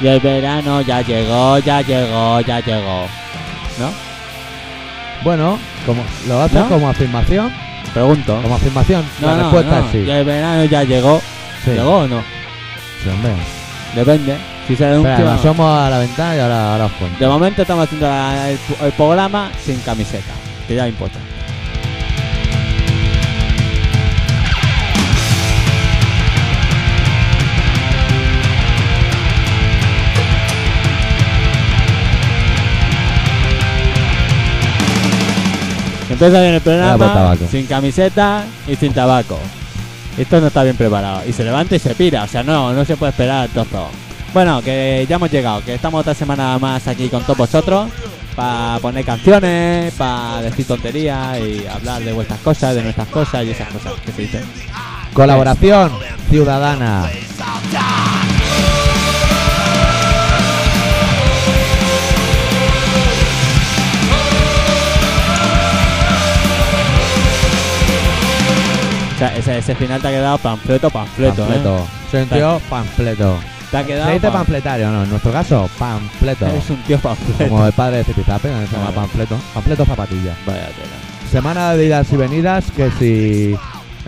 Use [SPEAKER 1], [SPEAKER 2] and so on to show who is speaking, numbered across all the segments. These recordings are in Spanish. [SPEAKER 1] Y el verano ya llegó, ya llegó, ya llegó.
[SPEAKER 2] Bueno, como, lo haces
[SPEAKER 1] ¿No?
[SPEAKER 2] como afirmación.
[SPEAKER 1] Pregunto.
[SPEAKER 2] Como afirmación,
[SPEAKER 1] No,
[SPEAKER 2] la
[SPEAKER 1] no,
[SPEAKER 2] respuesta
[SPEAKER 1] no.
[SPEAKER 2] es sí.
[SPEAKER 1] Y el verano ya llegó.
[SPEAKER 2] Sí,
[SPEAKER 1] ¿Llegó o no?
[SPEAKER 2] sí, hombre.
[SPEAKER 1] Depende. Si se
[SPEAKER 2] Espera,
[SPEAKER 1] denuncia.
[SPEAKER 2] nos
[SPEAKER 1] o no.
[SPEAKER 2] somos a la ventana y ahora, ahora os cuento.
[SPEAKER 1] De momento estamos haciendo la- el, el programa sin camiseta, que ya importa. Empieza bien el
[SPEAKER 2] Ya, por
[SPEAKER 1] programa
[SPEAKER 2] tabaco.
[SPEAKER 1] sin camiseta y sin tabaco. Esto no está bien preparado. Y se levanta y se pira. O sea, no, no se puede esperar todo. Bueno, que ya hemos llegado, que estamos otra semana más aquí con todos vosotros para poner canciones, para decir tonterías y hablar de vuestras cosas, de nuestras cosas y esas cosas que se dicen.
[SPEAKER 2] Colaboración ciudadana.
[SPEAKER 1] O sea, ese, ese final te ha quedado panfleto, panfleto, ¿eh?
[SPEAKER 2] Panfleto. Soy un tío panfleto.
[SPEAKER 1] Te ha quedado
[SPEAKER 2] Se dice
[SPEAKER 1] pan-
[SPEAKER 2] panfletario, no, en nuestro caso, panfleto.
[SPEAKER 1] Eres un tío panfleto.
[SPEAKER 2] Como el padre de Cetizape, que se llama
[SPEAKER 1] Vale.
[SPEAKER 2] panfleto. Panfleto zapatilla.
[SPEAKER 1] Vaya tela.
[SPEAKER 2] Semana de idas y venidas, que si...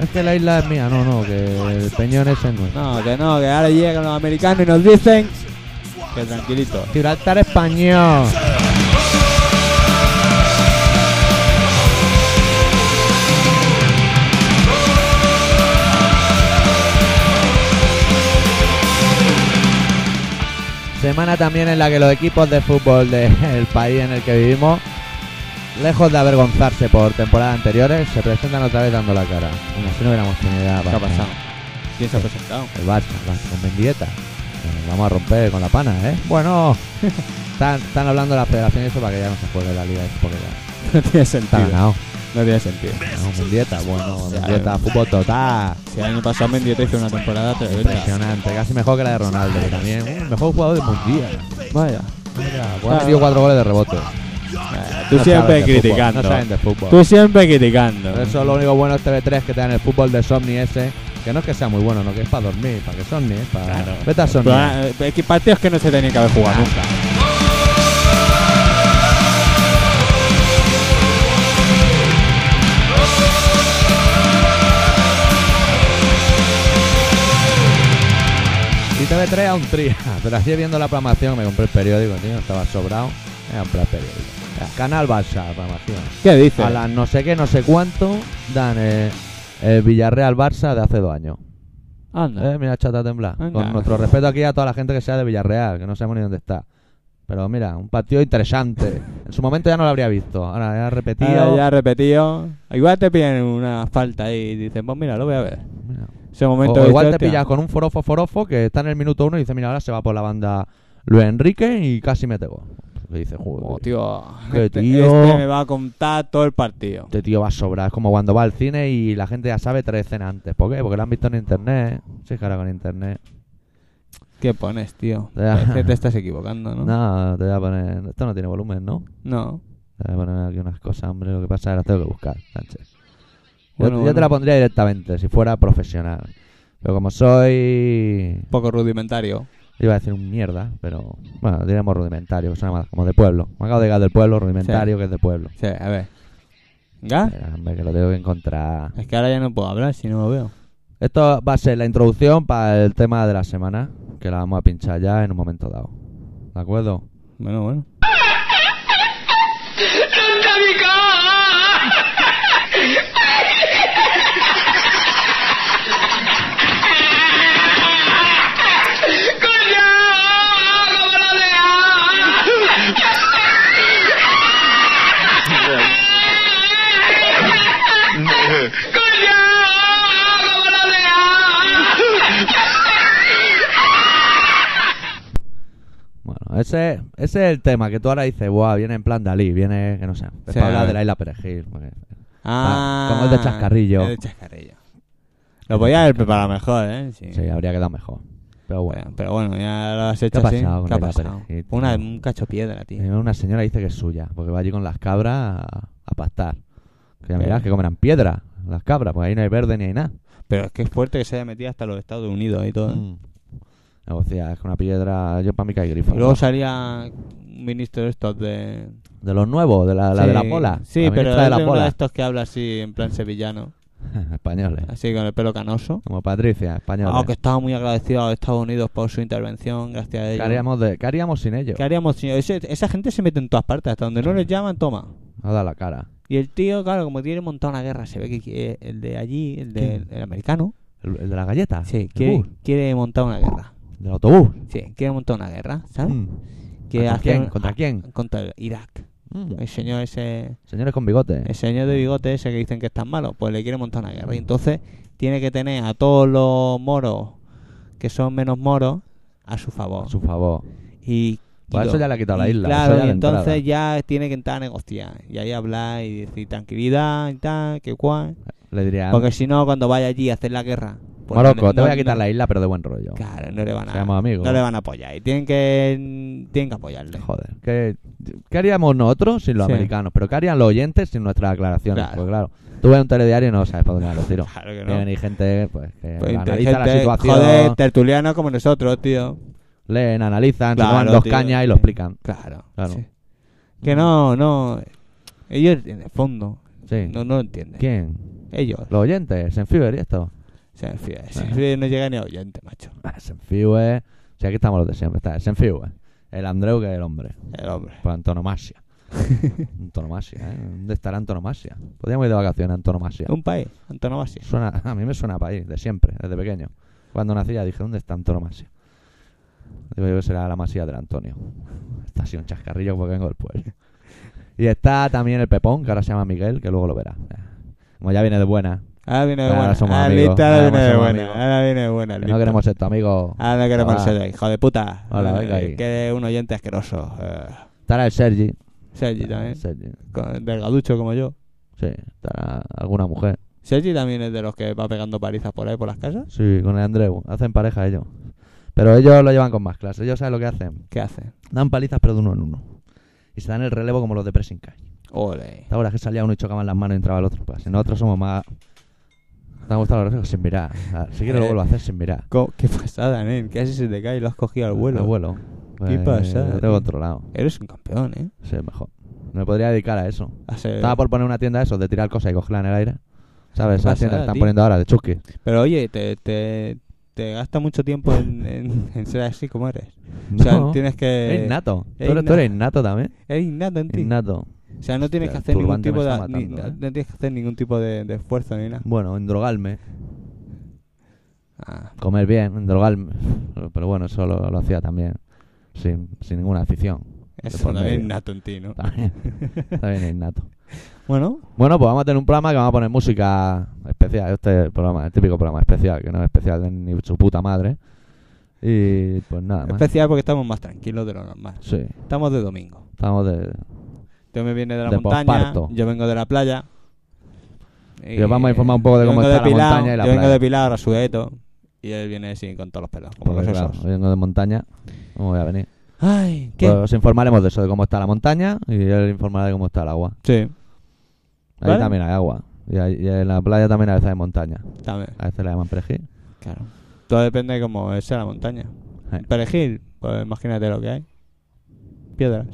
[SPEAKER 2] Es que la isla es mía, no, no, que el peñón es el nuestro.
[SPEAKER 1] No, que no, que ahora llegan los americanos y nos dicen que tranquilito.
[SPEAKER 2] Gibraltar español. Semana también en la que los equipos de fútbol del país en el que vivimos, lejos de avergonzarse por temporadas anteriores, se presentan otra vez dando la cara. Como si no hubiéramos tenido nada
[SPEAKER 1] ¿Qué ha
[SPEAKER 2] para hacer.
[SPEAKER 1] pasado? ¿Quién se ha presentado?
[SPEAKER 2] El Barça, el Barça con Mendieta. Eh, Vamos a romper con la pana, ¿eh? Bueno, están, están hablando de la federación y eso para que ya no se juegue la liga. Porque ya
[SPEAKER 1] No tiene
[SPEAKER 2] está
[SPEAKER 1] sentido.
[SPEAKER 2] ganado.
[SPEAKER 1] No tiene sentido.
[SPEAKER 2] No, Mendieta, bueno,
[SPEAKER 1] Ya,
[SPEAKER 2] Mendieta, fútbol total.
[SPEAKER 1] Si el año pasado Mendieta hizo una temporada tremenda.
[SPEAKER 2] Impresionante, casi mejor que la de Ronaldo, que también. uh, mejor jugador del mundial.
[SPEAKER 1] Vaya.
[SPEAKER 2] Bueno, ha metido cuatro goles de rebote.
[SPEAKER 1] Eh, Ah. Tú
[SPEAKER 2] No
[SPEAKER 1] siempre
[SPEAKER 2] saben de fútbol,
[SPEAKER 1] criticando.
[SPEAKER 2] No saben de fútbol.
[SPEAKER 1] Tú siempre criticando.
[SPEAKER 2] Por eso lo único bueno es TV3 que te dan el fútbol de Somni ese. Que no es que sea muy bueno, no, que es para dormir, para que Somni, para.
[SPEAKER 1] Claro.
[SPEAKER 2] Vete a Somni.
[SPEAKER 1] Pero, eh, es que partidos que no se tenían que haber jugado nunca.
[SPEAKER 2] Y TV3 a un tría. Pero así viendo la programación me compré el periódico, tío. Estaba sobrado. Me compré el periódico. Canal Barça, la programación.
[SPEAKER 1] ¿Qué dices?
[SPEAKER 2] A las no sé qué, no sé cuánto dan eh, el Villarreal Barça de hace dos años.
[SPEAKER 1] Anda.
[SPEAKER 2] Eh, mira, chata temblar.
[SPEAKER 1] Venga.
[SPEAKER 2] Con nuestro respeto aquí a toda la gente que sea de Villarreal, que no sabemos ni dónde está. Pero mira, un partido interesante. En su momento ya no lo habría visto. Ahora ya repetido.
[SPEAKER 1] Ahora Ah, ya repetido. Igual te piden una falta ahí y dicen, pues mira, lo voy a ver.
[SPEAKER 2] Mira.
[SPEAKER 1] Ese momento
[SPEAKER 2] O- o
[SPEAKER 1] dices,
[SPEAKER 2] igual te
[SPEAKER 1] "Hostia".
[SPEAKER 2] pillas con un forofo forofo que está en el minuto uno y dice, mira, ahora se va por la banda Luis Enrique y casi mete gol. Y dice, joder.
[SPEAKER 1] Oh, tío.
[SPEAKER 2] Qué
[SPEAKER 1] Este,
[SPEAKER 2] tío.
[SPEAKER 1] este me va a contar todo el partido.
[SPEAKER 2] Este tío va a sobrar. Es como cuando va al cine y la gente ya sabe tres escenas antes. ¿Por qué? Porque lo han visto en internet. ¿eh? Sí, cara, con internet.
[SPEAKER 1] ¿Qué pones, tío?
[SPEAKER 2] Ya.
[SPEAKER 1] Es que te estás equivocando, ¿no?
[SPEAKER 2] No, te voy a poner. Esto no tiene volumen, ¿no?
[SPEAKER 1] No.
[SPEAKER 2] Te voy a poner aquí unas cosas, hombre. Lo que pasa es que las tengo que buscar, Sánchez. Yo-
[SPEAKER 1] Bueno,
[SPEAKER 2] yo,
[SPEAKER 1] bueno.
[SPEAKER 2] te la pondría directamente si fuera profesional. Pero como soy.
[SPEAKER 1] Un poco rudimentario.
[SPEAKER 2] Iba a decir un mierda, pero. Bueno, diremos rudimentario, que suena más como de pueblo. Me acabo de llegar del pueblo, rudimentario, que es de pueblo.
[SPEAKER 1] Sí, Ah. a ver. ¿Gas?
[SPEAKER 2] Espera, hombre, que lo tengo que encontrar.
[SPEAKER 1] Es que ahora ya no puedo hablar si no lo veo.
[SPEAKER 2] Esto va a ser la introducción para el tema de la semana, que la vamos a pinchar ya en un momento dado. ¿De acuerdo?
[SPEAKER 1] Bueno, bueno.
[SPEAKER 3] 何か ¡Coño! ¡Cómo lo leo! ¡Coño! ¡Cómo lo leo!
[SPEAKER 2] Bueno, ese, ese es el tema que tú ahora dices, Buah, viene en plan Dalí, viene, que no sé, es
[SPEAKER 1] Sí, a
[SPEAKER 2] para hablar
[SPEAKER 1] ver.
[SPEAKER 2] de la isla Perejil. porque-
[SPEAKER 1] Ah,
[SPEAKER 2] Ah, como el de Chascarrillo.
[SPEAKER 1] El de Chascarrillo. Lo podía haber preparado mejor, ¿eh? Sí.
[SPEAKER 2] Sí, habría quedado mejor. Pero bueno,
[SPEAKER 1] Bueno, pero bueno, ya lo has hecho
[SPEAKER 2] ¿Qué ha
[SPEAKER 1] así.
[SPEAKER 2] pasado con
[SPEAKER 1] ¿Qué ha
[SPEAKER 2] el
[SPEAKER 1] pasado?
[SPEAKER 2] Apple?
[SPEAKER 1] Una, un cacho piedra, tío.
[SPEAKER 2] Eh, una señora dice que es suya, porque va allí con las cabras a, a pastar. Que ya
[SPEAKER 1] Sí.
[SPEAKER 2] mirás que comerán piedra las cabras, porque ahí no hay verde ni hay nada.
[SPEAKER 1] Pero es que es fuerte que se haya metido hasta los Estados Unidos y todo. ¿eh?
[SPEAKER 2] Mm. Negociar, es que una piedra. Yo para mí que hay
[SPEAKER 1] Y
[SPEAKER 2] grifo.
[SPEAKER 1] luego salía un ministro de estos de...
[SPEAKER 2] De los nuevos, de la, la de la
[SPEAKER 1] Sí,
[SPEAKER 2] pola.
[SPEAKER 1] Sí,
[SPEAKER 2] La
[SPEAKER 1] pero
[SPEAKER 2] ministra de
[SPEAKER 1] es
[SPEAKER 2] la
[SPEAKER 1] de uno de
[SPEAKER 2] pola.
[SPEAKER 1] estos que habla así en plan sevillano.
[SPEAKER 2] Españoles.
[SPEAKER 1] Así con el pelo canoso.
[SPEAKER 2] Como Patricia, españoles.
[SPEAKER 1] Aunque estaba muy agradecido a Estados Unidos por su intervención, gracias a
[SPEAKER 2] ¿Qué,
[SPEAKER 1] ellos.
[SPEAKER 2] haríamos de- qué haríamos sin ellos?
[SPEAKER 1] ¿Qué haríamos, señor? Ese- esa gente se mete en todas partes, hasta donde no les llaman, toma.
[SPEAKER 2] Ha dado la cara.
[SPEAKER 1] Y el tío, claro, como tiene montada una guerra, se ve que quiere- el de allí, el, de, el americano,
[SPEAKER 2] ¿El, el de la galleta?
[SPEAKER 1] sí,
[SPEAKER 2] Ah, ¿El
[SPEAKER 1] quiere,
[SPEAKER 2] bus?
[SPEAKER 1] quiere montar una guerra.
[SPEAKER 2] ¿Del autobús?
[SPEAKER 1] Sí, quiere montar una guerra, ¿sabes?
[SPEAKER 2] Mm.
[SPEAKER 1] Quiere
[SPEAKER 2] ¿Contra
[SPEAKER 1] hacer
[SPEAKER 2] quién?
[SPEAKER 1] un- ah,
[SPEAKER 2] ¿Contra quién? Eh.
[SPEAKER 1] Contra Irak.
[SPEAKER 2] Mm.
[SPEAKER 1] El señor ese
[SPEAKER 2] Señores con bigote.
[SPEAKER 1] el señor de bigote ese que dicen que es tan malo, pues le quiere montar una guerra. Y entonces tiene que tener a todos los moros que son menos moros a su favor.
[SPEAKER 2] A su favor.
[SPEAKER 1] Y
[SPEAKER 2] Pues
[SPEAKER 1] y
[SPEAKER 2] eso
[SPEAKER 1] lo-
[SPEAKER 2] ya le ha quitado la
[SPEAKER 1] y
[SPEAKER 2] isla.
[SPEAKER 1] Claro,
[SPEAKER 2] eso ya
[SPEAKER 1] y
[SPEAKER 2] de
[SPEAKER 1] entonces
[SPEAKER 2] entrada.
[SPEAKER 1] ya tiene que entrar a negociar. Y ahí hablar y decir tranquilidad y tal, que cual.
[SPEAKER 2] Le diría.
[SPEAKER 1] Porque si no, cuando vaya allí a hacer la guerra. pues
[SPEAKER 2] Morocco,
[SPEAKER 1] no-
[SPEAKER 2] te voy
[SPEAKER 1] no-
[SPEAKER 2] a quitar
[SPEAKER 1] no-
[SPEAKER 2] la isla, pero de buen rollo.
[SPEAKER 1] Claro, no le van a.
[SPEAKER 2] Seamos amigos.
[SPEAKER 1] No le van a apoyar. Y tienen que. Tienen que apoyarle.
[SPEAKER 2] Joder, ¿qué, qué haríamos nosotros sin los
[SPEAKER 1] Sí.
[SPEAKER 2] americanos? Pero ¿qué harían los oyentes sin nuestras aclaraciones?
[SPEAKER 1] Claro.
[SPEAKER 2] Pues claro, tú ves un telediario y no sabes para dónde van los tiros.
[SPEAKER 1] Claro que no.
[SPEAKER 2] Tiene venir gente pues, que
[SPEAKER 1] Pues
[SPEAKER 2] analiza la
[SPEAKER 1] inteligente,
[SPEAKER 2] situación,
[SPEAKER 1] Joder, tertulianos como nosotros, tío.
[SPEAKER 2] leen, analizan,
[SPEAKER 1] Claro,
[SPEAKER 2] se toman dos
[SPEAKER 1] tío.
[SPEAKER 2] cañas y lo explican.
[SPEAKER 1] Claro.
[SPEAKER 2] Claro.
[SPEAKER 1] sí. Que no, no. Ellos en el fondo
[SPEAKER 2] Sí.
[SPEAKER 1] no, no lo entienden.
[SPEAKER 2] ¿Quién?
[SPEAKER 1] Ellos.
[SPEAKER 2] ¿Los oyentes? ¿Senfiber y esto?
[SPEAKER 1] Se enfía, se enfía, no llega ni a oyente, macho.
[SPEAKER 2] Ah, Senfiber. Si aquí estamos los de siempre, está Senfiber. El Andreu que es el hombre,
[SPEAKER 1] El hombre.
[SPEAKER 2] por antonomasia. antonomasia, ¿eh? ¿Dónde estará antonomasia? Podríamos ir de vacaciones a antonomasia.
[SPEAKER 1] Un país, Antonomasia.
[SPEAKER 2] Suena, a mí me suena a país, de siempre, desde pequeño. Cuando nací ya dije, ¿dónde está Antonomasia? Digo yo que será la masía del Antonio. Está así un chascarrillo porque vengo del pueblo. Y está también el Pepón, que ahora se llama Miguel, que luego lo verá. Como ya viene de buena,
[SPEAKER 1] Ahora viene de
[SPEAKER 2] Ahora
[SPEAKER 1] buena.
[SPEAKER 2] somos
[SPEAKER 1] Ah,
[SPEAKER 2] amigos.
[SPEAKER 1] listo, ahora
[SPEAKER 2] Ahora
[SPEAKER 1] viene de
[SPEAKER 2] somos
[SPEAKER 1] buena.
[SPEAKER 2] amigos.
[SPEAKER 1] Ahora viene de buena.
[SPEAKER 2] que
[SPEAKER 1] listo.
[SPEAKER 2] no queremos ser tu amigo.
[SPEAKER 1] Ahora no queremos
[SPEAKER 2] Ah.
[SPEAKER 1] ser de hijo de puta.
[SPEAKER 2] Hola,
[SPEAKER 1] Eh,
[SPEAKER 2] venga ahí.
[SPEAKER 1] Que es un oyente asqueroso. eh.
[SPEAKER 2] Estará el Sergi.
[SPEAKER 1] Sergi también.
[SPEAKER 2] Sergi.
[SPEAKER 1] con- Delgaducho como yo.
[SPEAKER 2] Sí, estará alguna mujer.
[SPEAKER 1] Sergi también es de los que va pegando palizas por ahí por las casas.
[SPEAKER 2] Sí, con el Andreu. Hacen pareja ellos. Pero ellos lo llevan con más clase. Ellos saben lo que hacen.
[SPEAKER 1] ¿Qué hace?
[SPEAKER 2] Dan palizas, pero de uno en uno. Y se dan el relevo como los de Pressing Catch.
[SPEAKER 1] Ole.
[SPEAKER 2] Ahora que salía uno y chocaban las manos y entraba el otro. Pues si nosotros somos más. Te han gustado los reflejos sin mirar. Ah, Si
[SPEAKER 1] Eh,
[SPEAKER 2] quieres lo vuelvo a hacer sin mirar.
[SPEAKER 1] Co- Qué pasada, nen. Casi se te cae y lo has cogido al vuelo.
[SPEAKER 2] Al vuelo. Pues,
[SPEAKER 1] pasada,
[SPEAKER 2] Lo
[SPEAKER 1] tío.
[SPEAKER 2] tengo controlado.
[SPEAKER 1] Eres un campeón, ¿eh?
[SPEAKER 2] Sí, mejor. Me podría dedicar a eso.
[SPEAKER 1] A ser-
[SPEAKER 2] Estaba por poner una tienda de esos, de tirar cosas y cogerla en el aire. ¿Sabes? Esas
[SPEAKER 1] pasada,
[SPEAKER 2] tiendas que están
[SPEAKER 1] tío.
[SPEAKER 2] poniendo ahora de chusqui.
[SPEAKER 1] Pero oye, te, te, te gasta mucho tiempo en, en- en ser así como eres. O sea,
[SPEAKER 2] No,
[SPEAKER 1] tienes que...
[SPEAKER 2] Es innato. Tú
[SPEAKER 1] es
[SPEAKER 2] eres, tú
[SPEAKER 1] innato.
[SPEAKER 2] eres innato también.
[SPEAKER 1] Es innato en ti.
[SPEAKER 2] Innato.
[SPEAKER 1] O sea, no tienes que
[SPEAKER 2] Hostia, el
[SPEAKER 1] hacer ningún
[SPEAKER 2] turbante me
[SPEAKER 1] tipo de...
[SPEAKER 2] está
[SPEAKER 1] ni-
[SPEAKER 2] matando,
[SPEAKER 1] no-
[SPEAKER 2] ¿eh?
[SPEAKER 1] no tienes que hacer ningún tipo de, de esfuerzo ni nada.
[SPEAKER 2] Bueno, endrogarme.
[SPEAKER 1] Ah,
[SPEAKER 2] Comer bien, endrogarme. Pero bueno, eso lo, lo hacía también. Sin, sin ninguna afición. De
[SPEAKER 1] eso
[SPEAKER 2] por
[SPEAKER 1] también es
[SPEAKER 2] medio.
[SPEAKER 1] innato en ti, ¿no?
[SPEAKER 2] También, también es innato.
[SPEAKER 1] Bueno,
[SPEAKER 2] Bueno, pues vamos a tener un programa que vamos a poner música especial. Este programa, el típico programa especial, que no es especial de ni su puta madre. Y pues nada más.
[SPEAKER 1] especial porque estamos más tranquilos de lo normal.
[SPEAKER 2] sí,
[SPEAKER 1] Estamos de domingo.
[SPEAKER 2] estamos de.
[SPEAKER 1] Tú me vienes de la
[SPEAKER 2] De
[SPEAKER 1] montaña,
[SPEAKER 2] posparto.
[SPEAKER 1] yo vengo de la playa.
[SPEAKER 2] Y os vamos a informar un poco de
[SPEAKER 1] yo
[SPEAKER 2] cómo
[SPEAKER 1] vengo
[SPEAKER 2] está la
[SPEAKER 1] depilado,
[SPEAKER 2] montaña y la
[SPEAKER 1] Yo vengo
[SPEAKER 2] playa.
[SPEAKER 1] depilado, rasueto. Y él viene así con todos los pelos, como
[SPEAKER 2] Porque,
[SPEAKER 1] los
[SPEAKER 2] claro,
[SPEAKER 1] esos.
[SPEAKER 2] vengo de montaña, ¿cómo voy a venir?
[SPEAKER 1] Ay, ¿qué?
[SPEAKER 2] Pues os informaremos de eso, de cómo está la montaña y él informará de cómo está el agua.
[SPEAKER 1] sí,
[SPEAKER 2] Ahí
[SPEAKER 1] Vale.
[SPEAKER 2] también hay agua. Y, ahí- y en la playa también a veces hay montaña.
[SPEAKER 1] también.
[SPEAKER 2] A veces la llaman perejil.
[SPEAKER 1] Claro. Todo depende de cómo sea la montaña.
[SPEAKER 2] Sí.
[SPEAKER 1] Perejil, pues imagínate lo que hay. Piedras.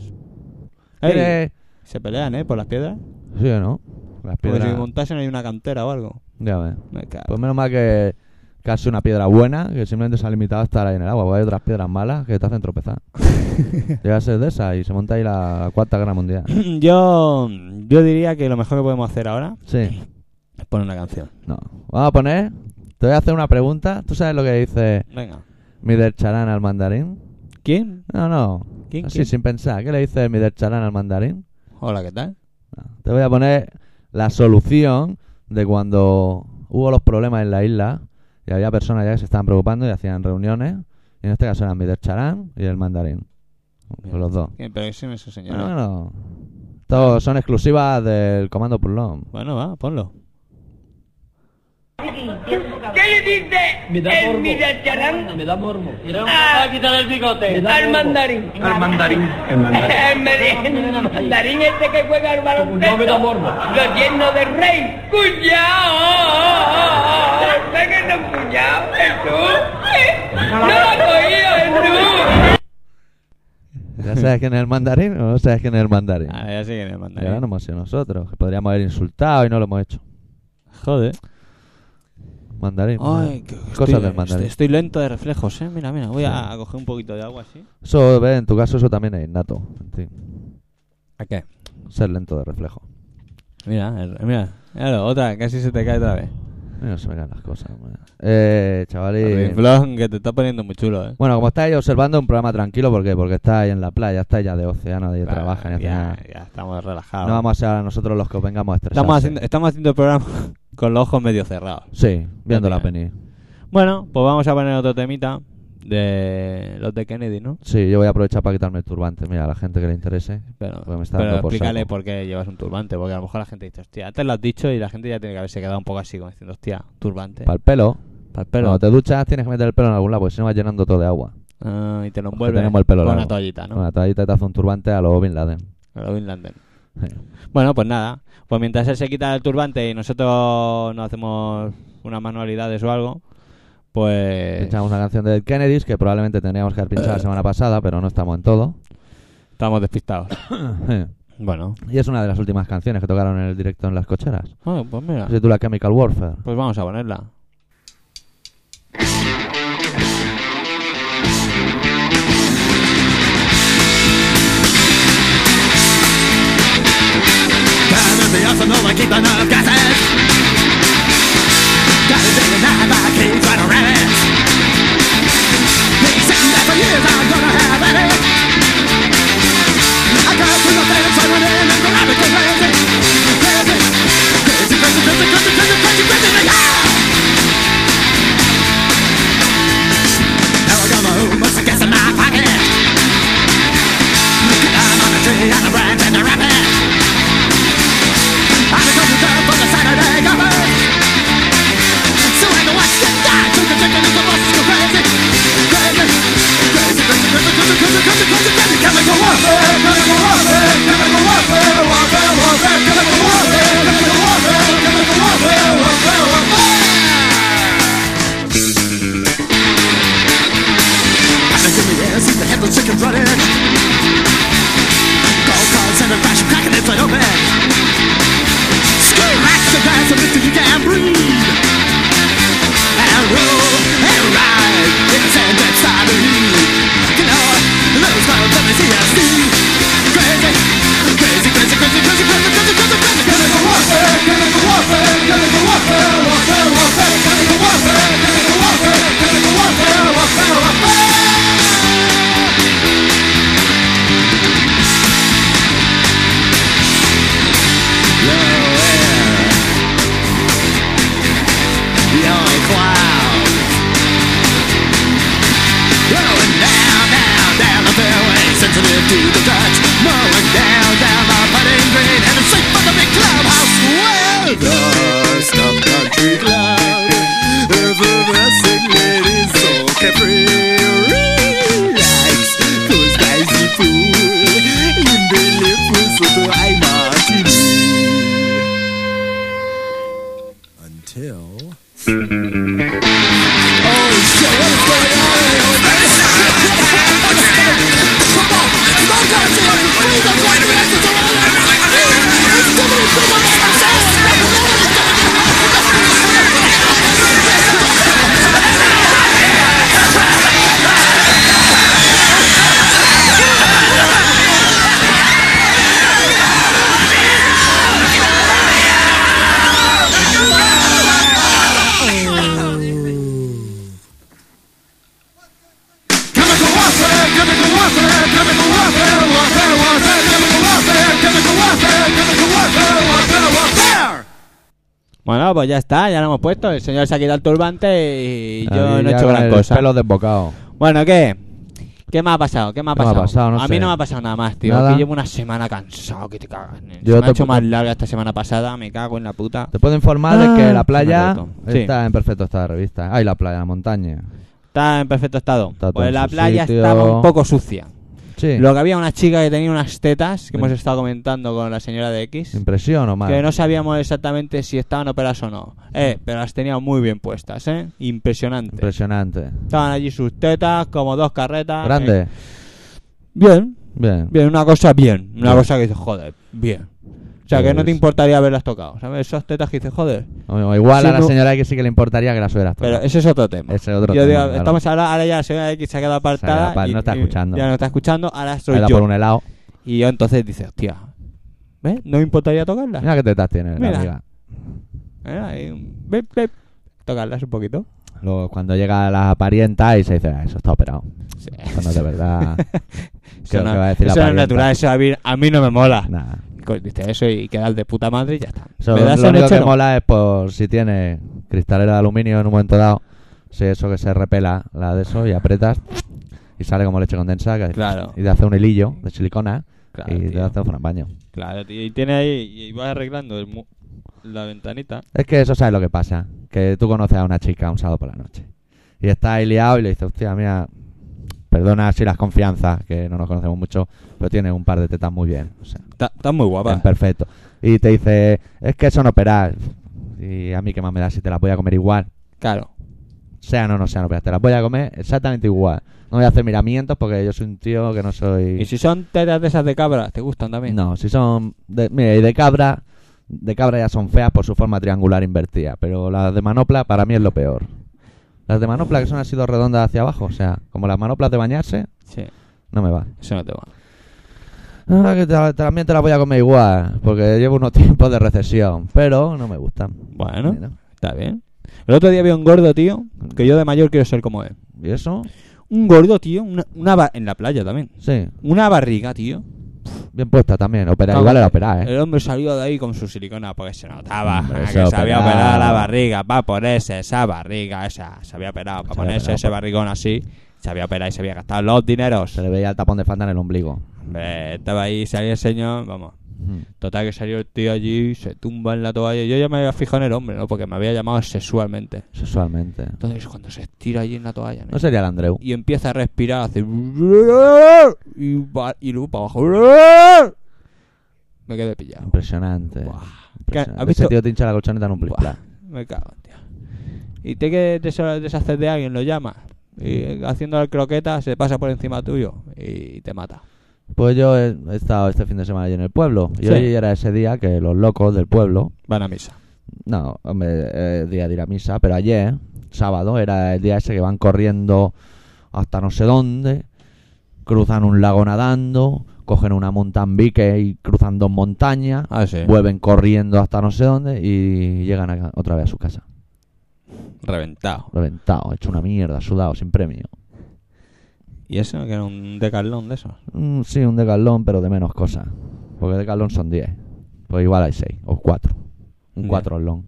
[SPEAKER 1] Ey,
[SPEAKER 2] ¿Quieres-
[SPEAKER 1] se pelean, ¿eh? Por las piedras.
[SPEAKER 2] ¿Sí o no? Las
[SPEAKER 1] Porque si
[SPEAKER 2] piedras.
[SPEAKER 1] montasen hay una cantera o algo.
[SPEAKER 2] Ya ves.
[SPEAKER 1] Me cago.
[SPEAKER 2] Pues menos mal que casi una piedra buena, que simplemente se ha limitado a estar ahí en el agua, porque hay otras piedras malas que te hacen tropezar. Llega a ser de esas y se monta ahí la Cuarta Guerra Mundial.
[SPEAKER 1] yo, yo diría que lo mejor que podemos hacer ahora
[SPEAKER 2] Sí,
[SPEAKER 1] es poner una canción.
[SPEAKER 2] no. Vamos a poner, te voy a hacer una pregunta. ¿Tú sabes lo que dice
[SPEAKER 1] Venga.
[SPEAKER 2] Mider Charan al mandarín?
[SPEAKER 1] ¿Quién?
[SPEAKER 2] No, no.
[SPEAKER 1] ¿Quién?
[SPEAKER 2] Así
[SPEAKER 1] quién?
[SPEAKER 2] sin pensar. ¿Qué le dice Mider Charan al mandarín?
[SPEAKER 1] Hola, ¿qué tal?
[SPEAKER 2] No. Te voy a poner la solución de cuando hubo los problemas en la isla y había personas ya que se estaban preocupando y hacían reuniones. Y en este caso eran Mider Charan y el mandarín.
[SPEAKER 1] Bien.
[SPEAKER 2] Los dos.
[SPEAKER 1] ¿Quién? Pero ese no es el señor.
[SPEAKER 2] Bueno, bueno. Todos son exclusivas del comando Purlón.
[SPEAKER 1] Bueno, va, ponlo.
[SPEAKER 4] ¿Qué le dice
[SPEAKER 5] Me da
[SPEAKER 4] el
[SPEAKER 5] morbo.
[SPEAKER 4] Midacharán
[SPEAKER 5] Me da morbo.
[SPEAKER 4] Ah.
[SPEAKER 5] a quitar el bigote.
[SPEAKER 4] al mandarín?
[SPEAKER 5] Al mandarín.
[SPEAKER 4] El mandarín este que juega al baloncesto.
[SPEAKER 5] No me da morbo.
[SPEAKER 4] Lo lleno de rey. ¡Cuñao! ¡Pégate, cuñao! callado, Jesús. No lo ha cogido, Jesús.
[SPEAKER 2] ¿Ya sabes quién es el mandarín o no sabes quién es el mandarín?
[SPEAKER 1] Ah, ya sí que me
[SPEAKER 2] Y ahora
[SPEAKER 1] mandarín.
[SPEAKER 2] no hemos sido nosotros, que podríamos haber insultado y no lo hemos hecho.
[SPEAKER 1] Joder.
[SPEAKER 2] Mandarín.
[SPEAKER 1] Ay,
[SPEAKER 2] mandarín.
[SPEAKER 1] que
[SPEAKER 2] Cosas
[SPEAKER 1] estoy,
[SPEAKER 2] del mandarín.
[SPEAKER 1] estoy- estoy lento de reflejos, eh. Mira, mira, voy a coger un poquito de agua así.
[SPEAKER 2] Eso, ve, en tu caso eso también es innato. en ti.
[SPEAKER 1] ¿A qué?
[SPEAKER 2] Ser lento de reflejo.
[SPEAKER 1] Mira, el- mira, míralo, otra, casi se te cae otra vez.
[SPEAKER 2] Mira, no se me caen las cosas. hombre. Eh,
[SPEAKER 1] El
[SPEAKER 2] chavales.
[SPEAKER 1] riflón que te está poniendo muy chulo, eh.
[SPEAKER 2] Bueno, como estáis observando, un programa tranquilo porque porque estáis en la playa, estáis ya de océano, nadie trabaja, ni hace
[SPEAKER 1] ya,
[SPEAKER 2] nada.
[SPEAKER 1] ya estamos relajados.
[SPEAKER 2] No vamos a ser ahora nosotros los que os vengamos a estresar.
[SPEAKER 1] estamos, haciendo, estamos haciendo el programa con los ojos medio cerrados.
[SPEAKER 2] Sí, viendo la
[SPEAKER 1] Mira.
[SPEAKER 2] venir.
[SPEAKER 1] Bueno, pues vamos a poner otro temita de los de Kennedy, ¿no?
[SPEAKER 2] Sí, yo voy a aprovechar para quitarme el turbante. Mira, a la gente que le interese.
[SPEAKER 1] Pero,
[SPEAKER 2] Pues me está
[SPEAKER 1] pero
[SPEAKER 2] dando por
[SPEAKER 1] explícale
[SPEAKER 2] saco.
[SPEAKER 1] por qué llevas un turbante, porque a lo mejor la gente dice, hostia, antes lo has dicho y la gente ya tiene que haberse quedado un poco así, como diciendo, hostia, turbante.
[SPEAKER 2] Para el pelo.
[SPEAKER 1] Pa'l pelo.
[SPEAKER 2] Cuando te duchas tienes que meter el pelo en algún lado, porque si no vas llenando todo de agua.
[SPEAKER 1] Ah, y te lo
[SPEAKER 2] Porque
[SPEAKER 1] envuelve
[SPEAKER 2] tenemos el pelo
[SPEAKER 1] con una
[SPEAKER 2] largo.
[SPEAKER 1] toallita, ¿no?
[SPEAKER 2] Bueno, te ahí te hace un turbante a los Bin Laden.
[SPEAKER 1] A lo Bin Laden.
[SPEAKER 2] Sí.
[SPEAKER 1] Bueno, pues nada. Pues mientras él se quita el turbante y nosotros nos hacemos unas manualidades o algo, pues
[SPEAKER 2] Pinchamos una canción de Dead Kennedys que probablemente tendríamos que haber pinchado la semana pasada, pero no estamos en todo.
[SPEAKER 1] estamos despistados. bueno.
[SPEAKER 2] y es una de las últimas canciones que tocaron en el directo en las cocheras.
[SPEAKER 1] Bueno, pues mira.
[SPEAKER 2] Se titula Chemical Warfare.
[SPEAKER 1] Pues vamos a ponerla.
[SPEAKER 6] Nervioso no me quito los gases Gotta do it now, I can't try to rest Been saying that for years I'm gonna have at it I got through the fence, I went in and grabbed it, crazy Crazy, crazy, crazy, crazy, crazy, crazy, crazy, crazy, crazy, yeah! Now I got my own muscle gas in my pocket I'm on a tree, on a branch, and a rabbit I'm the computer for the Saturday covers. So I know I can die to the chicken and the bus go crazy. Crazy, crazy, crazy, crazy, crazy, crazy, crazy, crazy, crazy. Chemical warfare, chemical warfare, chemical warfare, warfare, warfare, chemical warfare, chemical warfare, chemical warfare, warfare, warfare. And the gimme is, see the headless chicken running. Gold cards and a fashion cracking inside open. Relax the glass of you can breathe And roll and ride It's a dead start to heat You know, those bones let me see us see Crazy, crazy, crazy, crazy, crazy, crazy, crazy, crazy, crazy Chemical warfare, chemical warfare, chemical warfare Warfare, warfare, chemical warfare Chemical warfare, chemical warfare Warfare, warfare Until... Chemical warfare, chemical warfare, chemical warfare, warfare, warfare, chemical warfare, chemical warfare, chemical warfare, warfare, warfare.
[SPEAKER 1] Bueno, pues ya está, ya lo hemos puesto. El señor se ha quitado el turbante y yo
[SPEAKER 2] Ahí
[SPEAKER 1] no he
[SPEAKER 2] ya
[SPEAKER 1] hecho
[SPEAKER 2] con
[SPEAKER 1] gran
[SPEAKER 2] el
[SPEAKER 1] cosa.
[SPEAKER 2] Pelo desbocado.
[SPEAKER 1] Bueno, ¿qué? ¿Qué me ha pasado? ¿Qué me ha
[SPEAKER 2] ¿Qué me ha
[SPEAKER 1] pasado?
[SPEAKER 2] pasado? No
[SPEAKER 1] a
[SPEAKER 2] sé.
[SPEAKER 1] mí no me ha pasado nada más, tío.
[SPEAKER 2] Nada.
[SPEAKER 1] Aquí llevo una semana cansado, que te cagas. nene. Se
[SPEAKER 2] Yo
[SPEAKER 1] me ha
[SPEAKER 2] te-
[SPEAKER 1] hecho más larga esta semana pasada, me cago en la puta.
[SPEAKER 2] Te puedo informar de
[SPEAKER 1] Ah,
[SPEAKER 2] que la playa
[SPEAKER 1] me ha roto. Sí.
[SPEAKER 2] está en perfecto estado de revista. Ay, la playa, la montaña.
[SPEAKER 1] Está en perfecto estado.
[SPEAKER 2] Está todo
[SPEAKER 1] pues
[SPEAKER 2] en
[SPEAKER 1] la
[SPEAKER 2] su
[SPEAKER 1] playa
[SPEAKER 2] sitio.
[SPEAKER 1] estaba un poco sucia.
[SPEAKER 2] Sí.
[SPEAKER 1] Lo que había una chica que tenía unas tetas, que
[SPEAKER 2] Ven.
[SPEAKER 1] hemos estado comentando con la señora de X,
[SPEAKER 2] Impresión o mal.
[SPEAKER 1] que no sabíamos exactamente si estaban operadas o no. Eh, pero las tenía muy bien puestas, ¿eh? Impresionante.
[SPEAKER 2] Impresionante.
[SPEAKER 1] Estaban allí sus tetas, como dos carretas.
[SPEAKER 2] Grande.
[SPEAKER 1] eh. Bien,
[SPEAKER 2] Bien.
[SPEAKER 1] bien, una cosa bien. Una
[SPEAKER 2] Bien.
[SPEAKER 1] cosa que dices, joder, bien. O sea, que no te
[SPEAKER 2] Pues-
[SPEAKER 1] importaría haberlas tocado, ¿sabes? Esas tetas que dices, joder.
[SPEAKER 2] O igual
[SPEAKER 1] Sí,
[SPEAKER 2] a la
[SPEAKER 1] no-
[SPEAKER 2] señora X sí que le importaría que la subieras
[SPEAKER 1] Pero ese es otro tema.
[SPEAKER 2] Ese es otro
[SPEAKER 1] yo
[SPEAKER 2] tema,
[SPEAKER 1] digo,
[SPEAKER 2] claro.
[SPEAKER 1] estamos ahora, ahora ya la señora X se ha quedado apartada.
[SPEAKER 2] apar-
[SPEAKER 1] y-
[SPEAKER 2] no está
[SPEAKER 1] y
[SPEAKER 2] escuchando.
[SPEAKER 1] Ya no está escuchando, ahora soy
[SPEAKER 2] Era
[SPEAKER 1] yo.
[SPEAKER 2] por un helado.
[SPEAKER 1] Y yo entonces dice, hostia, ¿ves? No me importaría tocarla.
[SPEAKER 2] Mira qué tetas tiene la
[SPEAKER 1] Mira.
[SPEAKER 2] amiga.
[SPEAKER 1] Eh, ahí, bip, bip. Tocarlas un poquito.
[SPEAKER 2] Luego cuando llega la parienta y se dice, "Ah, eso está operado.
[SPEAKER 1] Sí.
[SPEAKER 2] Cuando de verdad...
[SPEAKER 1] Eso
[SPEAKER 2] Creo
[SPEAKER 1] no,
[SPEAKER 2] que va a decir la
[SPEAKER 1] eso no es
[SPEAKER 2] parienta.
[SPEAKER 1] natural, eso a mí, a mí no me mola.
[SPEAKER 2] Nada.
[SPEAKER 1] Co- Dice eso y quedas de puta madre y ya está.
[SPEAKER 2] Eso
[SPEAKER 1] ¿Me
[SPEAKER 2] lo,
[SPEAKER 1] das
[SPEAKER 2] lo
[SPEAKER 1] el
[SPEAKER 2] único que
[SPEAKER 1] ocho?
[SPEAKER 2] mola es por si tiene cristalera de aluminio en un momento dado, si eso que se repela la de eso y apretas y sale como leche condensada que-
[SPEAKER 1] Claro.
[SPEAKER 2] y te hace un hilillo de silicona
[SPEAKER 1] Claro,
[SPEAKER 2] y te
[SPEAKER 1] tío.
[SPEAKER 2] hace un baño.
[SPEAKER 1] Claro, tío, Y tiene ahí, y vas arreglando el mu- la ventanita.
[SPEAKER 2] Es que eso sabes lo que pasa, que tú conoces a una chica un sábado por la noche y está ahí liado y le dices, hostia, mira, perdona si las confianzas, que no nos conocemos mucho, pero tiene un par de tetas muy bien. O sea,
[SPEAKER 1] Está, está muy guapa.
[SPEAKER 2] Bien, perfecto. Y te dice, es que son operadas. Y a mí qué más me da si te las voy a comer igual.
[SPEAKER 1] Claro.
[SPEAKER 2] Sean o no sean operadas, te las voy a comer exactamente igual. No voy a hacer miramientos porque yo soy un tío que no soy...
[SPEAKER 1] Y si son tetas de esas de cabra, ¿te gustan también?
[SPEAKER 2] No, si son... De, mira, y de cabra... De cabra ya son feas por su forma triangular invertida, pero las de manopla para mí es lo peor. Las de manopla que son así dos redondas hacia abajo, o sea, como las manoplas de bañarse,
[SPEAKER 1] Sí,
[SPEAKER 2] no me va.
[SPEAKER 1] eso no te va.
[SPEAKER 2] Ah, que te- también te las voy a comer igual, porque llevo unos tiempos de recesión, pero no me gustan.
[SPEAKER 1] Bueno. Está bien. El otro día vi un gordo, tío, que yo de mayor quiero ser como él.
[SPEAKER 2] ¿Y eso?
[SPEAKER 1] Un gordo, tío, una, una ba- en la playa también.
[SPEAKER 2] Sí,
[SPEAKER 1] Una barriga, tío.
[SPEAKER 2] bien puesta también. Opera, igual era operar, ¿eh?
[SPEAKER 1] El hombre salió de ahí con su silicona porque se notaba
[SPEAKER 2] Hombre,
[SPEAKER 1] ah,
[SPEAKER 2] se
[SPEAKER 1] que se había
[SPEAKER 2] operaba.
[SPEAKER 1] operado la barriga para ponerse esa barriga, esa. Se había operado para
[SPEAKER 2] Se había
[SPEAKER 1] ponerse
[SPEAKER 2] operado, pues.
[SPEAKER 1] ese
[SPEAKER 2] pa-
[SPEAKER 1] barrigón así. Se había operado y se había gastado los dineros.
[SPEAKER 2] Se le veía el tapón de falda en el ombligo.
[SPEAKER 1] Hombre, estaba ahí, salía el señor, vamos.
[SPEAKER 2] Mm.
[SPEAKER 1] Total que salió el tío allí, se tumba en la toalla. Yo ya me había fijado en el hombre, ¿no? Porque me había llamado sexualmente.
[SPEAKER 2] Sexualmente.
[SPEAKER 1] Entonces cuando se estira allí en la toalla, ¿no?
[SPEAKER 2] No sería el Andreu.
[SPEAKER 1] y empieza a respirar, hace y, va- y luego para abajo. Me quedé pillado.
[SPEAKER 2] Impresionante.
[SPEAKER 1] Buah.
[SPEAKER 2] Impresionante.
[SPEAKER 1] ¿Qué? ¿Has visto?
[SPEAKER 2] Ese tío te hincha la colchoneta en un plis
[SPEAKER 1] Buah, me cago, en tío. Y te que desa- deshacer de alguien, lo llama. Y haciendo la croqueta se pasa por encima tuyo y te mata.
[SPEAKER 2] Pues yo he he estado este fin de semana allí en el pueblo. Y
[SPEAKER 1] Sí.
[SPEAKER 2] hoy era ese día que los locos del pueblo.
[SPEAKER 1] Van a misa.
[SPEAKER 2] No, hombre, eh, día de ir a misa, pero ayer, sábado, era el día ese que van corriendo hasta no sé dónde, cruzan un lago nadando, cogen una montaña en bique y cruzan dos montañas.
[SPEAKER 1] Ah, sí.
[SPEAKER 2] vuelven corriendo hasta no sé dónde y llegan a- otra vez a su casa.
[SPEAKER 1] Reventado.
[SPEAKER 2] Reventado, hecho una mierda, sudado, sin premio.
[SPEAKER 1] ¿Y eso? Que era un decalón de esos.
[SPEAKER 2] Mm, sí, un decalón, pero de menos cosas. Porque decalón son 10. Pues igual hay 6 o 4. Un
[SPEAKER 1] Ya.
[SPEAKER 2] 4 long.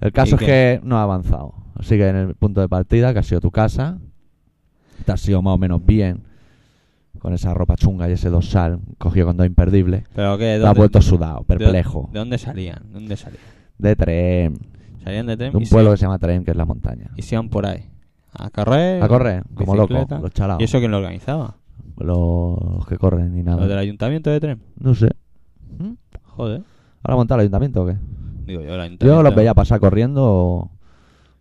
[SPEAKER 2] El caso
[SPEAKER 1] ¿Y
[SPEAKER 2] es que no ha avanzado. Así que en el punto de partida, que ha sido tu casa, te has sido más o menos bien. Con esa ropa chunga y ese dorsal cogido con dos imperdibles.
[SPEAKER 1] Pero que.
[SPEAKER 2] Te has vuelto sudado, perplejo.
[SPEAKER 1] ¿De dónde salían? ¿De dónde salían?
[SPEAKER 2] De tren.
[SPEAKER 1] Salían de
[SPEAKER 2] De
[SPEAKER 1] tren
[SPEAKER 2] un
[SPEAKER 1] y
[SPEAKER 2] pueblo
[SPEAKER 1] se-
[SPEAKER 2] que se llama Tren, que es la montaña.
[SPEAKER 1] y se iban por ahí. A correr.
[SPEAKER 2] A correr, como loco,
[SPEAKER 1] bicicleta.
[SPEAKER 2] los chalados.
[SPEAKER 1] ¿Y eso quién lo organizaba?
[SPEAKER 2] Los que corren y
[SPEAKER 1] ¿Los del
[SPEAKER 2] nada.
[SPEAKER 1] ayuntamiento de tren?
[SPEAKER 2] No sé.
[SPEAKER 1] Joder.
[SPEAKER 2] ¿Ahora montar el ayuntamiento o qué?
[SPEAKER 1] Digo yo, el ayuntamiento.
[SPEAKER 2] Yo los veía pasar corriendo. o-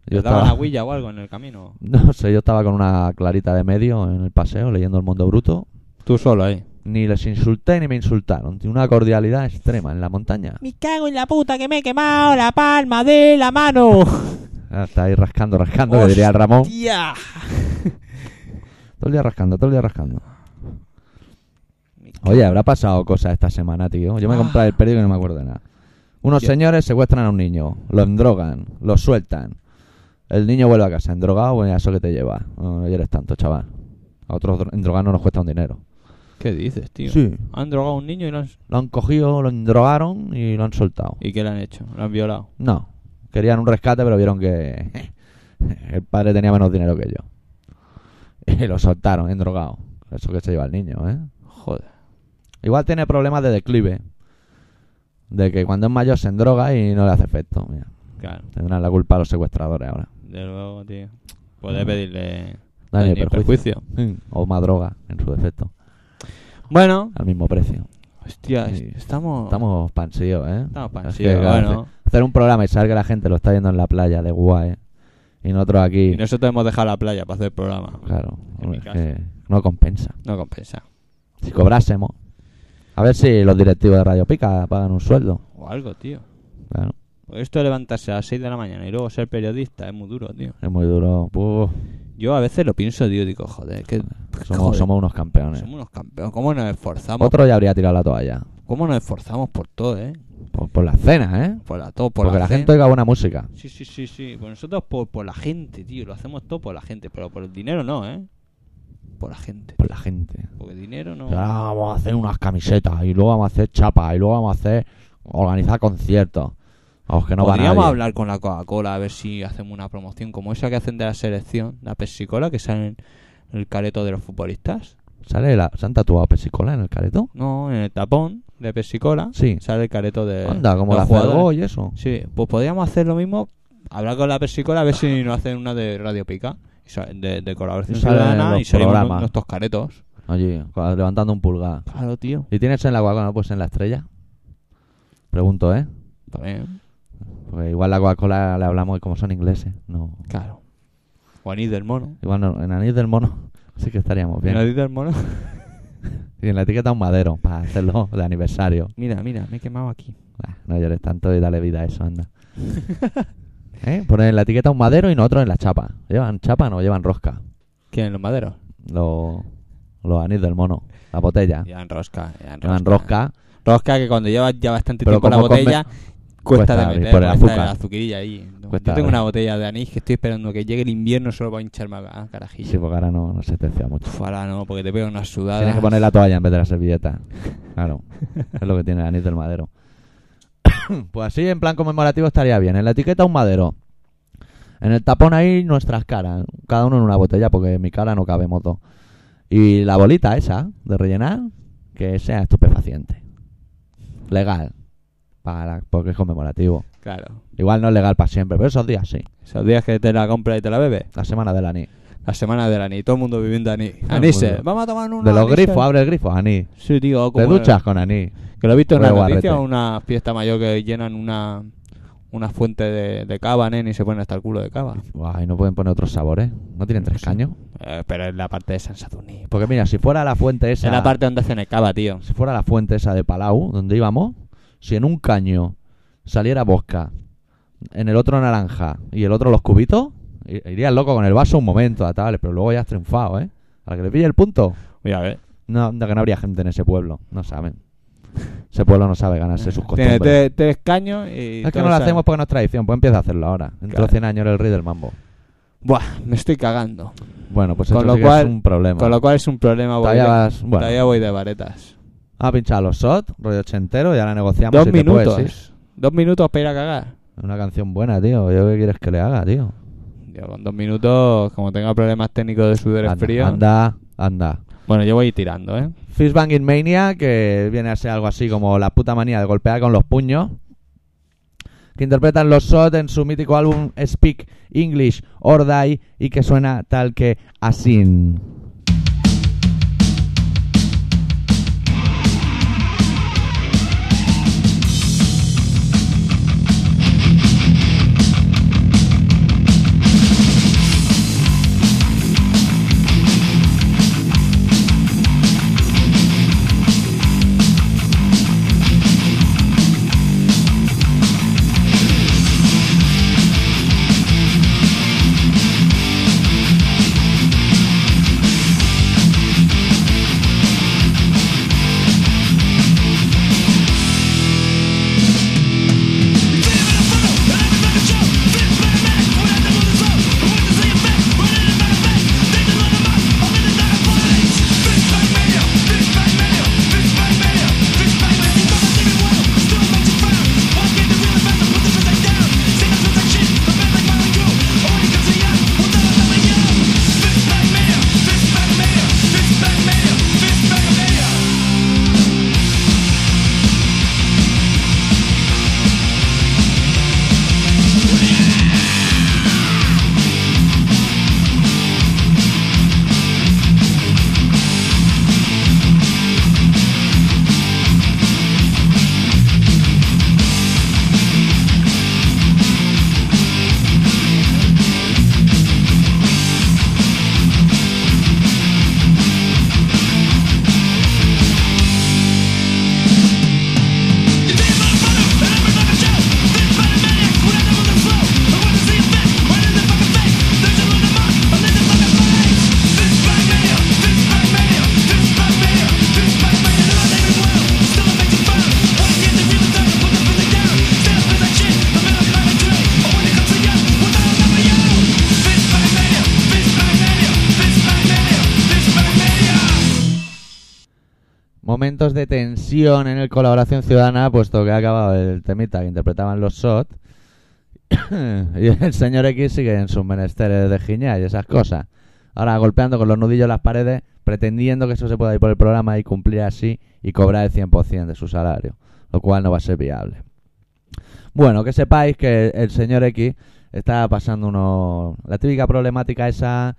[SPEAKER 1] ¿Le daban a huilla o algo en el camino?
[SPEAKER 2] No sé, yo estaba con una clarita de medio en el paseo leyendo El Mundo Bruto.
[SPEAKER 1] Tú solo ahí.
[SPEAKER 2] Ni les insulté ni me insultaron. Tiene una cordialidad extrema en la montaña.
[SPEAKER 1] Me cago en la puta que me he quemado la palma de la mano.
[SPEAKER 2] Ah, Está ahí rascando, rascando, que diría el Ramón.
[SPEAKER 1] ¡Tía!
[SPEAKER 2] Todo el día rascando, todo el día rascando. Oye, habrá pasado cosas esta semana, tío. Yo me he comprado el periódico y no me acuerdo de nada. Unos
[SPEAKER 1] Yo-
[SPEAKER 2] señores secuestran a un niño, lo endrogan, lo sueltan. El niño vuelve a casa, endrogado, bueno, ya eso que te lleva. No, no eres tanto, chaval. A otros dro- endrogar no nos cuesta un dinero.
[SPEAKER 1] ¿Qué dices, tío?
[SPEAKER 2] Sí.
[SPEAKER 1] Han drogado a un niño y, lo han-
[SPEAKER 2] Lo han cogido, lo endrogaron y lo han soltado.
[SPEAKER 1] ¿Y qué le han hecho? Lo han violado.
[SPEAKER 2] No, querían un rescate, pero vieron que el padre tenía menos dinero que yo. Y lo soltaron, endrogado. Eso que se lleva el niño, ¿eh?
[SPEAKER 1] Joder.
[SPEAKER 2] Igual tiene problemas de declive. De que cuando es mayor se endroga y no le hace efecto. Mira,
[SPEAKER 1] Claro.
[SPEAKER 2] tendrán la culpa a los secuestradores ahora.
[SPEAKER 1] De luego, tío. Puedes pedirle
[SPEAKER 2] Daño y
[SPEAKER 1] Daño y
[SPEAKER 2] perjuicio. O más droga, en su defecto.
[SPEAKER 1] Bueno,
[SPEAKER 2] Al mismo precio.
[SPEAKER 1] hostia, es-
[SPEAKER 2] Sí.
[SPEAKER 1] estamos.
[SPEAKER 2] Estamos pansíos, ¿eh?
[SPEAKER 1] Estamos
[SPEAKER 2] Es
[SPEAKER 1] pansíos,
[SPEAKER 2] que, claro,
[SPEAKER 1] bueno.
[SPEAKER 2] Hacer un programa y saber que la gente lo está viendo en la playa de guay. Y nosotros aquí.
[SPEAKER 1] Y nosotros hemos dejado la playa para hacer el programa.
[SPEAKER 2] Claro.
[SPEAKER 1] En mi
[SPEAKER 2] es
[SPEAKER 1] caso.
[SPEAKER 2] que no compensa.
[SPEAKER 1] No compensa.
[SPEAKER 2] Si cobrásemos. A ver si los directivos de Radio Pica pagan un sueldo.
[SPEAKER 1] O algo, tío.
[SPEAKER 2] Claro.
[SPEAKER 1] Porque esto de levantarse a las 6 de la mañana y luego ser periodista es muy duro, tío.
[SPEAKER 2] Es muy duro. Uf,
[SPEAKER 1] Yo a veces lo pienso, tío, digo, joder, que
[SPEAKER 2] somos, somos unos campeones.
[SPEAKER 1] somos unos campeones. ¿Cómo nos esforzamos?
[SPEAKER 2] Otro ya habría tirado la toalla.
[SPEAKER 1] ¿Cómo nos esforzamos por todo, eh?
[SPEAKER 2] Por, por las cenas, ¿eh?
[SPEAKER 1] Por la, todo, por
[SPEAKER 2] Porque la,
[SPEAKER 1] fe.
[SPEAKER 2] gente oiga buena música.
[SPEAKER 1] Sí, sí, sí, sí. Pues nosotros por, por la gente, tío. Lo hacemos todo por la gente. Pero por el dinero no, ¿eh? Por la gente.
[SPEAKER 2] Por la gente.
[SPEAKER 1] Porque dinero no...
[SPEAKER 2] Y ahora vamos a hacer unas camisetas y luego vamos a hacer chapas y luego vamos a hacer organizar conciertos. A los que no van a
[SPEAKER 1] Podríamos hablar con la Coca-Cola a ver si hacemos una promoción como esa que hacen de la selección, la Pepsi-Cola, que salen en el careto de los futbolistas.
[SPEAKER 2] ¿Sale la, ¿Se han tatuado pesicola en el careto?
[SPEAKER 1] No, en el tapón de Pepsi-Cola
[SPEAKER 2] Sí.
[SPEAKER 1] sale el careto de
[SPEAKER 2] Anda, como
[SPEAKER 1] de Eh,
[SPEAKER 2] la
[SPEAKER 1] los jugadores.
[SPEAKER 2] jugador y eso.
[SPEAKER 1] Sí, pues podríamos hacer lo mismo, hablar con la Pepsi-Cola a ver si nos hacen una de Radio Pica, y sa- de, de colaboración
[SPEAKER 2] Y salen
[SPEAKER 1] ciudadana
[SPEAKER 2] los
[SPEAKER 1] y salimos
[SPEAKER 2] programas.
[SPEAKER 1] nu- nuestros caretos.
[SPEAKER 2] Oye, cua- levantando un pulgar.
[SPEAKER 1] Claro, tío.
[SPEAKER 2] ¿Y tienes en la Coca-Cola, no? Pues en la estrella. Pregunto, ¿eh?
[SPEAKER 1] También,
[SPEAKER 2] Porque Pues igual la Coca-Cola le hablamos y como son ingleses. No.
[SPEAKER 1] claro. O anís del mono.
[SPEAKER 2] Igual no, en Anís del Mono sí que estaríamos
[SPEAKER 1] ¿En
[SPEAKER 2] bien.
[SPEAKER 1] anís del mono?
[SPEAKER 2] Y en la etiqueta un madero para hacerlo de aniversario.
[SPEAKER 1] mira, mira, me he quemado aquí.
[SPEAKER 2] Bah, No llores tanto y dale vida a eso, anda. ¿Eh? Poner en la etiqueta un madero y nosotros en la chapa. ¿Llevan chapa no? Llevan rosca.
[SPEAKER 1] ¿Quién? ¿Los maderos?
[SPEAKER 2] Los, los anís del mono. La botella.
[SPEAKER 1] Ya enrosca, ya enrosca.
[SPEAKER 2] Llevan Ah. rosca.
[SPEAKER 1] Rosca que cuando llevas ya bastante
[SPEAKER 2] Pero
[SPEAKER 1] tiempo la
[SPEAKER 2] como come-
[SPEAKER 1] botella cuesta, de
[SPEAKER 2] abrir
[SPEAKER 1] meter,
[SPEAKER 2] por el
[SPEAKER 1] cuesta
[SPEAKER 2] azúcar.
[SPEAKER 1] la azuquerilla ahí. No,
[SPEAKER 2] Cuesta
[SPEAKER 1] Yo tengo
[SPEAKER 2] abrir.
[SPEAKER 1] una botella de anís que estoy esperando que llegue el invierno solo para hincharme a carajillo.
[SPEAKER 2] Sí, porque ahora no, no se te fía mucho.
[SPEAKER 1] Uf, ahora no, porque te pego una sudada.
[SPEAKER 2] Tienes que poner la toalla en vez de la servilleta. Claro. es lo que tiene el anís del madero. pues así, en plan conmemorativo estaría bien. En la etiqueta un madero. En el tapón ahí nuestras caras. Cada uno en una botella porque en mi cara no cabe moto. Y la bolita esa de rellenar, que sea estupefaciente. Legal. Para la- porque es conmemorativo.
[SPEAKER 1] Claro.
[SPEAKER 2] Igual no es legal para siempre, pero esos días sí.
[SPEAKER 1] Esos días que te la compras y te la bebes.
[SPEAKER 2] La semana del anís.
[SPEAKER 1] La semana del anís. Todo el mundo viviendo anís.
[SPEAKER 2] el
[SPEAKER 1] Anise,
[SPEAKER 2] mundo.
[SPEAKER 1] vamos a tomar uno.
[SPEAKER 2] Ah, pues De los grifos, ah. abre el grifo, anís.
[SPEAKER 1] Sí, tío.
[SPEAKER 2] Te
[SPEAKER 1] como-
[SPEAKER 2] duchas con anís.
[SPEAKER 1] Que lo he visto en una
[SPEAKER 2] Re
[SPEAKER 1] noticia,
[SPEAKER 2] guarrete.
[SPEAKER 1] una fiesta mayor que llenan una, una fuente de, de cava, nen, y se ponen hasta el culo de cava.
[SPEAKER 2] Guay, no pueden poner otros sabores. No tienen tres caños.
[SPEAKER 1] Eh, pero es la parte de San Sadurní.
[SPEAKER 2] Porque mira, si fuera la fuente esa,
[SPEAKER 1] Es la parte donde hacen el cava, tío.
[SPEAKER 2] si fuera la fuente esa de Palau, donde íbamos, si en un caño saliera bosca, en el otro naranja y el otro los cubitos, i- irías loco con el vaso un momento, a tal, pero luego ya has triunfado, ¿eh? Al que le pille el punto,
[SPEAKER 1] Voy a ver.
[SPEAKER 2] no, anda que no habría gente en ese pueblo, no saben. Ese pueblo no sabe ganarse sus
[SPEAKER 1] Tiene
[SPEAKER 2] costumbres.
[SPEAKER 1] tres, tres caños y.
[SPEAKER 2] pues es que
[SPEAKER 1] todo
[SPEAKER 2] no lo
[SPEAKER 1] esa-
[SPEAKER 2] hacemos porque no es tradición, pues empieza a hacerlo ahora. Dentro
[SPEAKER 1] Claro.
[SPEAKER 2] de 100 años eres el rey del mambo.
[SPEAKER 1] Buah, me estoy cagando.
[SPEAKER 2] Bueno, pues
[SPEAKER 1] Con
[SPEAKER 2] esto
[SPEAKER 1] lo
[SPEAKER 2] sí que
[SPEAKER 1] cual-
[SPEAKER 2] es un problema.
[SPEAKER 1] Con lo cual es un problema. porque
[SPEAKER 2] Todavía vas- bueno.
[SPEAKER 1] todavía voy de varetas.
[SPEAKER 2] Ha pinchado los SOT, rollo ochentero, y ahora negociamos
[SPEAKER 1] Dos
[SPEAKER 2] si te puedes
[SPEAKER 1] minutos.
[SPEAKER 2] ir.
[SPEAKER 1] Dos minutos para ir a cagar.
[SPEAKER 2] Una canción buena, tío. ¿Yo qué quieres que le haga, tío?
[SPEAKER 1] Yo con dos minutos, como tenga problemas técnicos de sudores
[SPEAKER 2] anda,
[SPEAKER 1] frío.
[SPEAKER 2] anda, anda.
[SPEAKER 1] Bueno, yo voy tirando, ¿eh?
[SPEAKER 2] Fist Banging Mania, que viene a ser algo así como la puta manía de golpear con los puños. Que interpretan los SOT en su mítico álbum Speak English or Die y que suena tal que así.
[SPEAKER 7] Thank
[SPEAKER 2] momentos de tensión en el Colaboración Ciudadana, puesto que ha acabado el temita que interpretaban los SOT. y el señor X sigue en sus menesteres de giñar y esas cosas. Ahora golpeando con los nudillos las paredes, pretendiendo que eso se pueda ir por el programa y cumplir así y cobrar el 100% de su salario, lo cual no va a ser viable. Bueno, que sepáis que el señor X está pasando uno... La típica problemática esa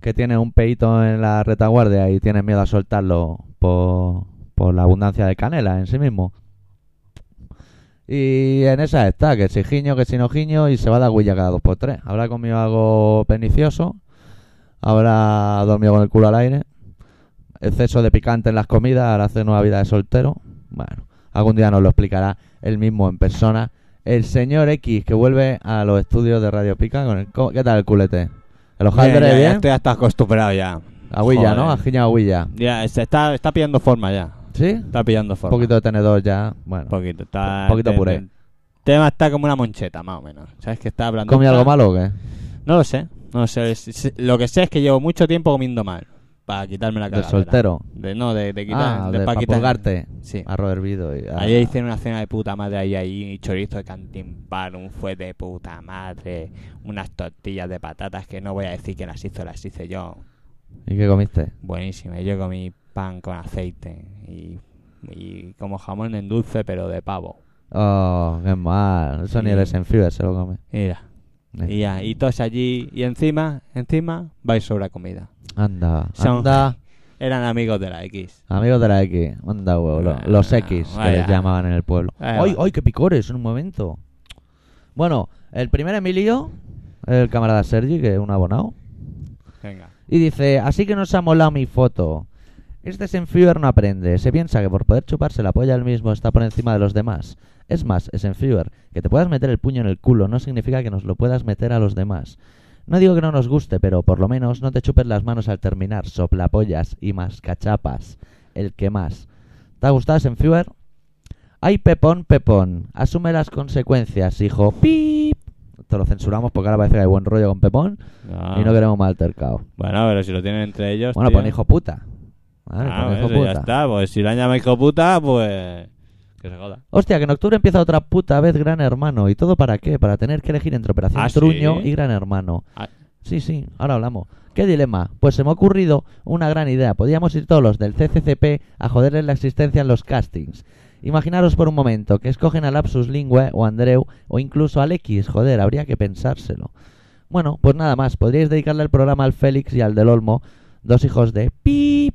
[SPEAKER 2] que tiene un peito en la retaguardia y tiene miedo a soltarlo por, por la abundancia de canela en sí mismo. Y en esa está, que si giño, que si no giño, y se va a dar huella cada dos por tres. Habrá comido algo pernicioso, habrá dormido con el culo al aire, exceso de picante en las comidas, ahora hace nueva vida de soltero. Bueno, algún día nos lo explicará él mismo en persona. El señor X, que vuelve a los estudios de Radio Pica con el... co- ¿Qué tal el culete? ¿El hojaldre
[SPEAKER 1] ya, ya
[SPEAKER 2] bien?
[SPEAKER 1] estoy hasta acostumbrado ya.
[SPEAKER 2] A Huilla, ¿no? A
[SPEAKER 1] Joder.
[SPEAKER 2] Giña Huilla.
[SPEAKER 1] Ya, se está, está pillando forma ya.
[SPEAKER 2] ¿Sí?
[SPEAKER 1] Está pillando
[SPEAKER 2] Un
[SPEAKER 1] forma.
[SPEAKER 2] poquito de tenedor ya. Bueno.
[SPEAKER 1] poquito, está,
[SPEAKER 2] Un poquito puré.
[SPEAKER 1] El tema está como una moncheta, más o menos. ¿Sabes que está hablando?
[SPEAKER 2] ¿Comí algo malo o qué?
[SPEAKER 1] No lo sé. No lo sé. Es- es- Lo que sé es que llevo mucho tiempo comiendo mal. Para quitarme la
[SPEAKER 2] ¿De
[SPEAKER 1] cara.
[SPEAKER 2] soltero?
[SPEAKER 1] De, no, de, de quitar.
[SPEAKER 2] Ah,
[SPEAKER 1] de,
[SPEAKER 2] de
[SPEAKER 1] pa'
[SPEAKER 2] pa'
[SPEAKER 1] quitar-
[SPEAKER 2] purgarte.
[SPEAKER 1] Sí.
[SPEAKER 2] Arroz hervido y... ah.
[SPEAKER 1] Ayer hicieron una cena de puta madre ahí, ahí, chorizo de cantimpar, un fue de puta madre, unas tortillas de patatas que no voy a decir que las hizo, las hice yo.
[SPEAKER 2] ¿Y qué comiste?
[SPEAKER 1] Buenísima. Y yo comí pan con aceite y, y como jamón en dulce, pero de pavo.
[SPEAKER 2] Oh, qué mal. Eso ni
[SPEAKER 1] Sí.
[SPEAKER 2] el Esenfiber se lo come.
[SPEAKER 1] Mira.
[SPEAKER 2] Eh.
[SPEAKER 1] Y ya, y todos allí, y encima, encima, vais sobre comida.
[SPEAKER 2] Anda,
[SPEAKER 1] Son-
[SPEAKER 2] anda.
[SPEAKER 1] Eran amigos de la X.
[SPEAKER 2] Amigos de la X. Anda, huevo. lo-
[SPEAKER 1] Ah,
[SPEAKER 2] Los X, que
[SPEAKER 1] vaya.
[SPEAKER 2] les llamaban en el pueblo.
[SPEAKER 1] Vaya.
[SPEAKER 2] ¡Ay, ay, qué picores! En un momento. Bueno, el primer Emilio, el camarada Sergi, que es un abonado.
[SPEAKER 1] Venga.
[SPEAKER 2] Y dice, así que no se ha molado mi foto. Este Senfewer no aprende. Se piensa que por poder chuparse la polla él mismo está por encima de los demás. Es más, Senfewer, que te puedas meter el puño en el culo no significa que nos lo puedas meter a los demás. No digo que no nos guste, pero por lo menos no te chupes las manos al terminar. Soplapollas y mascachapas. El que más. ¿Te ha gustado Senfewer? Ay, Pepón, Pepón. Asume las consecuencias, hijo. ¡Pip! Te lo censuramos porque ahora parece que hay buen rollo con Pepón
[SPEAKER 1] Ah.
[SPEAKER 2] y no queremos más altercado.
[SPEAKER 1] Bueno, pero si lo tienen entre ellos.
[SPEAKER 2] Bueno,
[SPEAKER 1] tío.
[SPEAKER 2] pon hijo puta. Vale,
[SPEAKER 1] Ah,
[SPEAKER 2] pon hijo
[SPEAKER 1] eso ya
[SPEAKER 2] puta.
[SPEAKER 1] está. Pues si la han llamado hijo puta, pues. Que se joda.
[SPEAKER 2] Hostia, que en octubre empieza otra puta vez Gran Hermano. ¿Y todo para qué? Para tener que elegir entre Operación
[SPEAKER 1] ¿Ah, sí?
[SPEAKER 2] Truño y Gran Hermano.
[SPEAKER 1] Ah.
[SPEAKER 2] Sí, sí, ahora hablamos. ¿Qué dilema? Pues se me ha ocurrido una gran idea. Podíamos ir todos los del CCCP a joderles la existencia en los castings. Imaginaros por un momento que escogen a Lapsus Lingüe o Andreu o incluso al X. Joder, habría que pensárselo. Bueno, pues nada más. Podríais dedicarle el programa al Félix y al del Olmo, dos hijos de pip.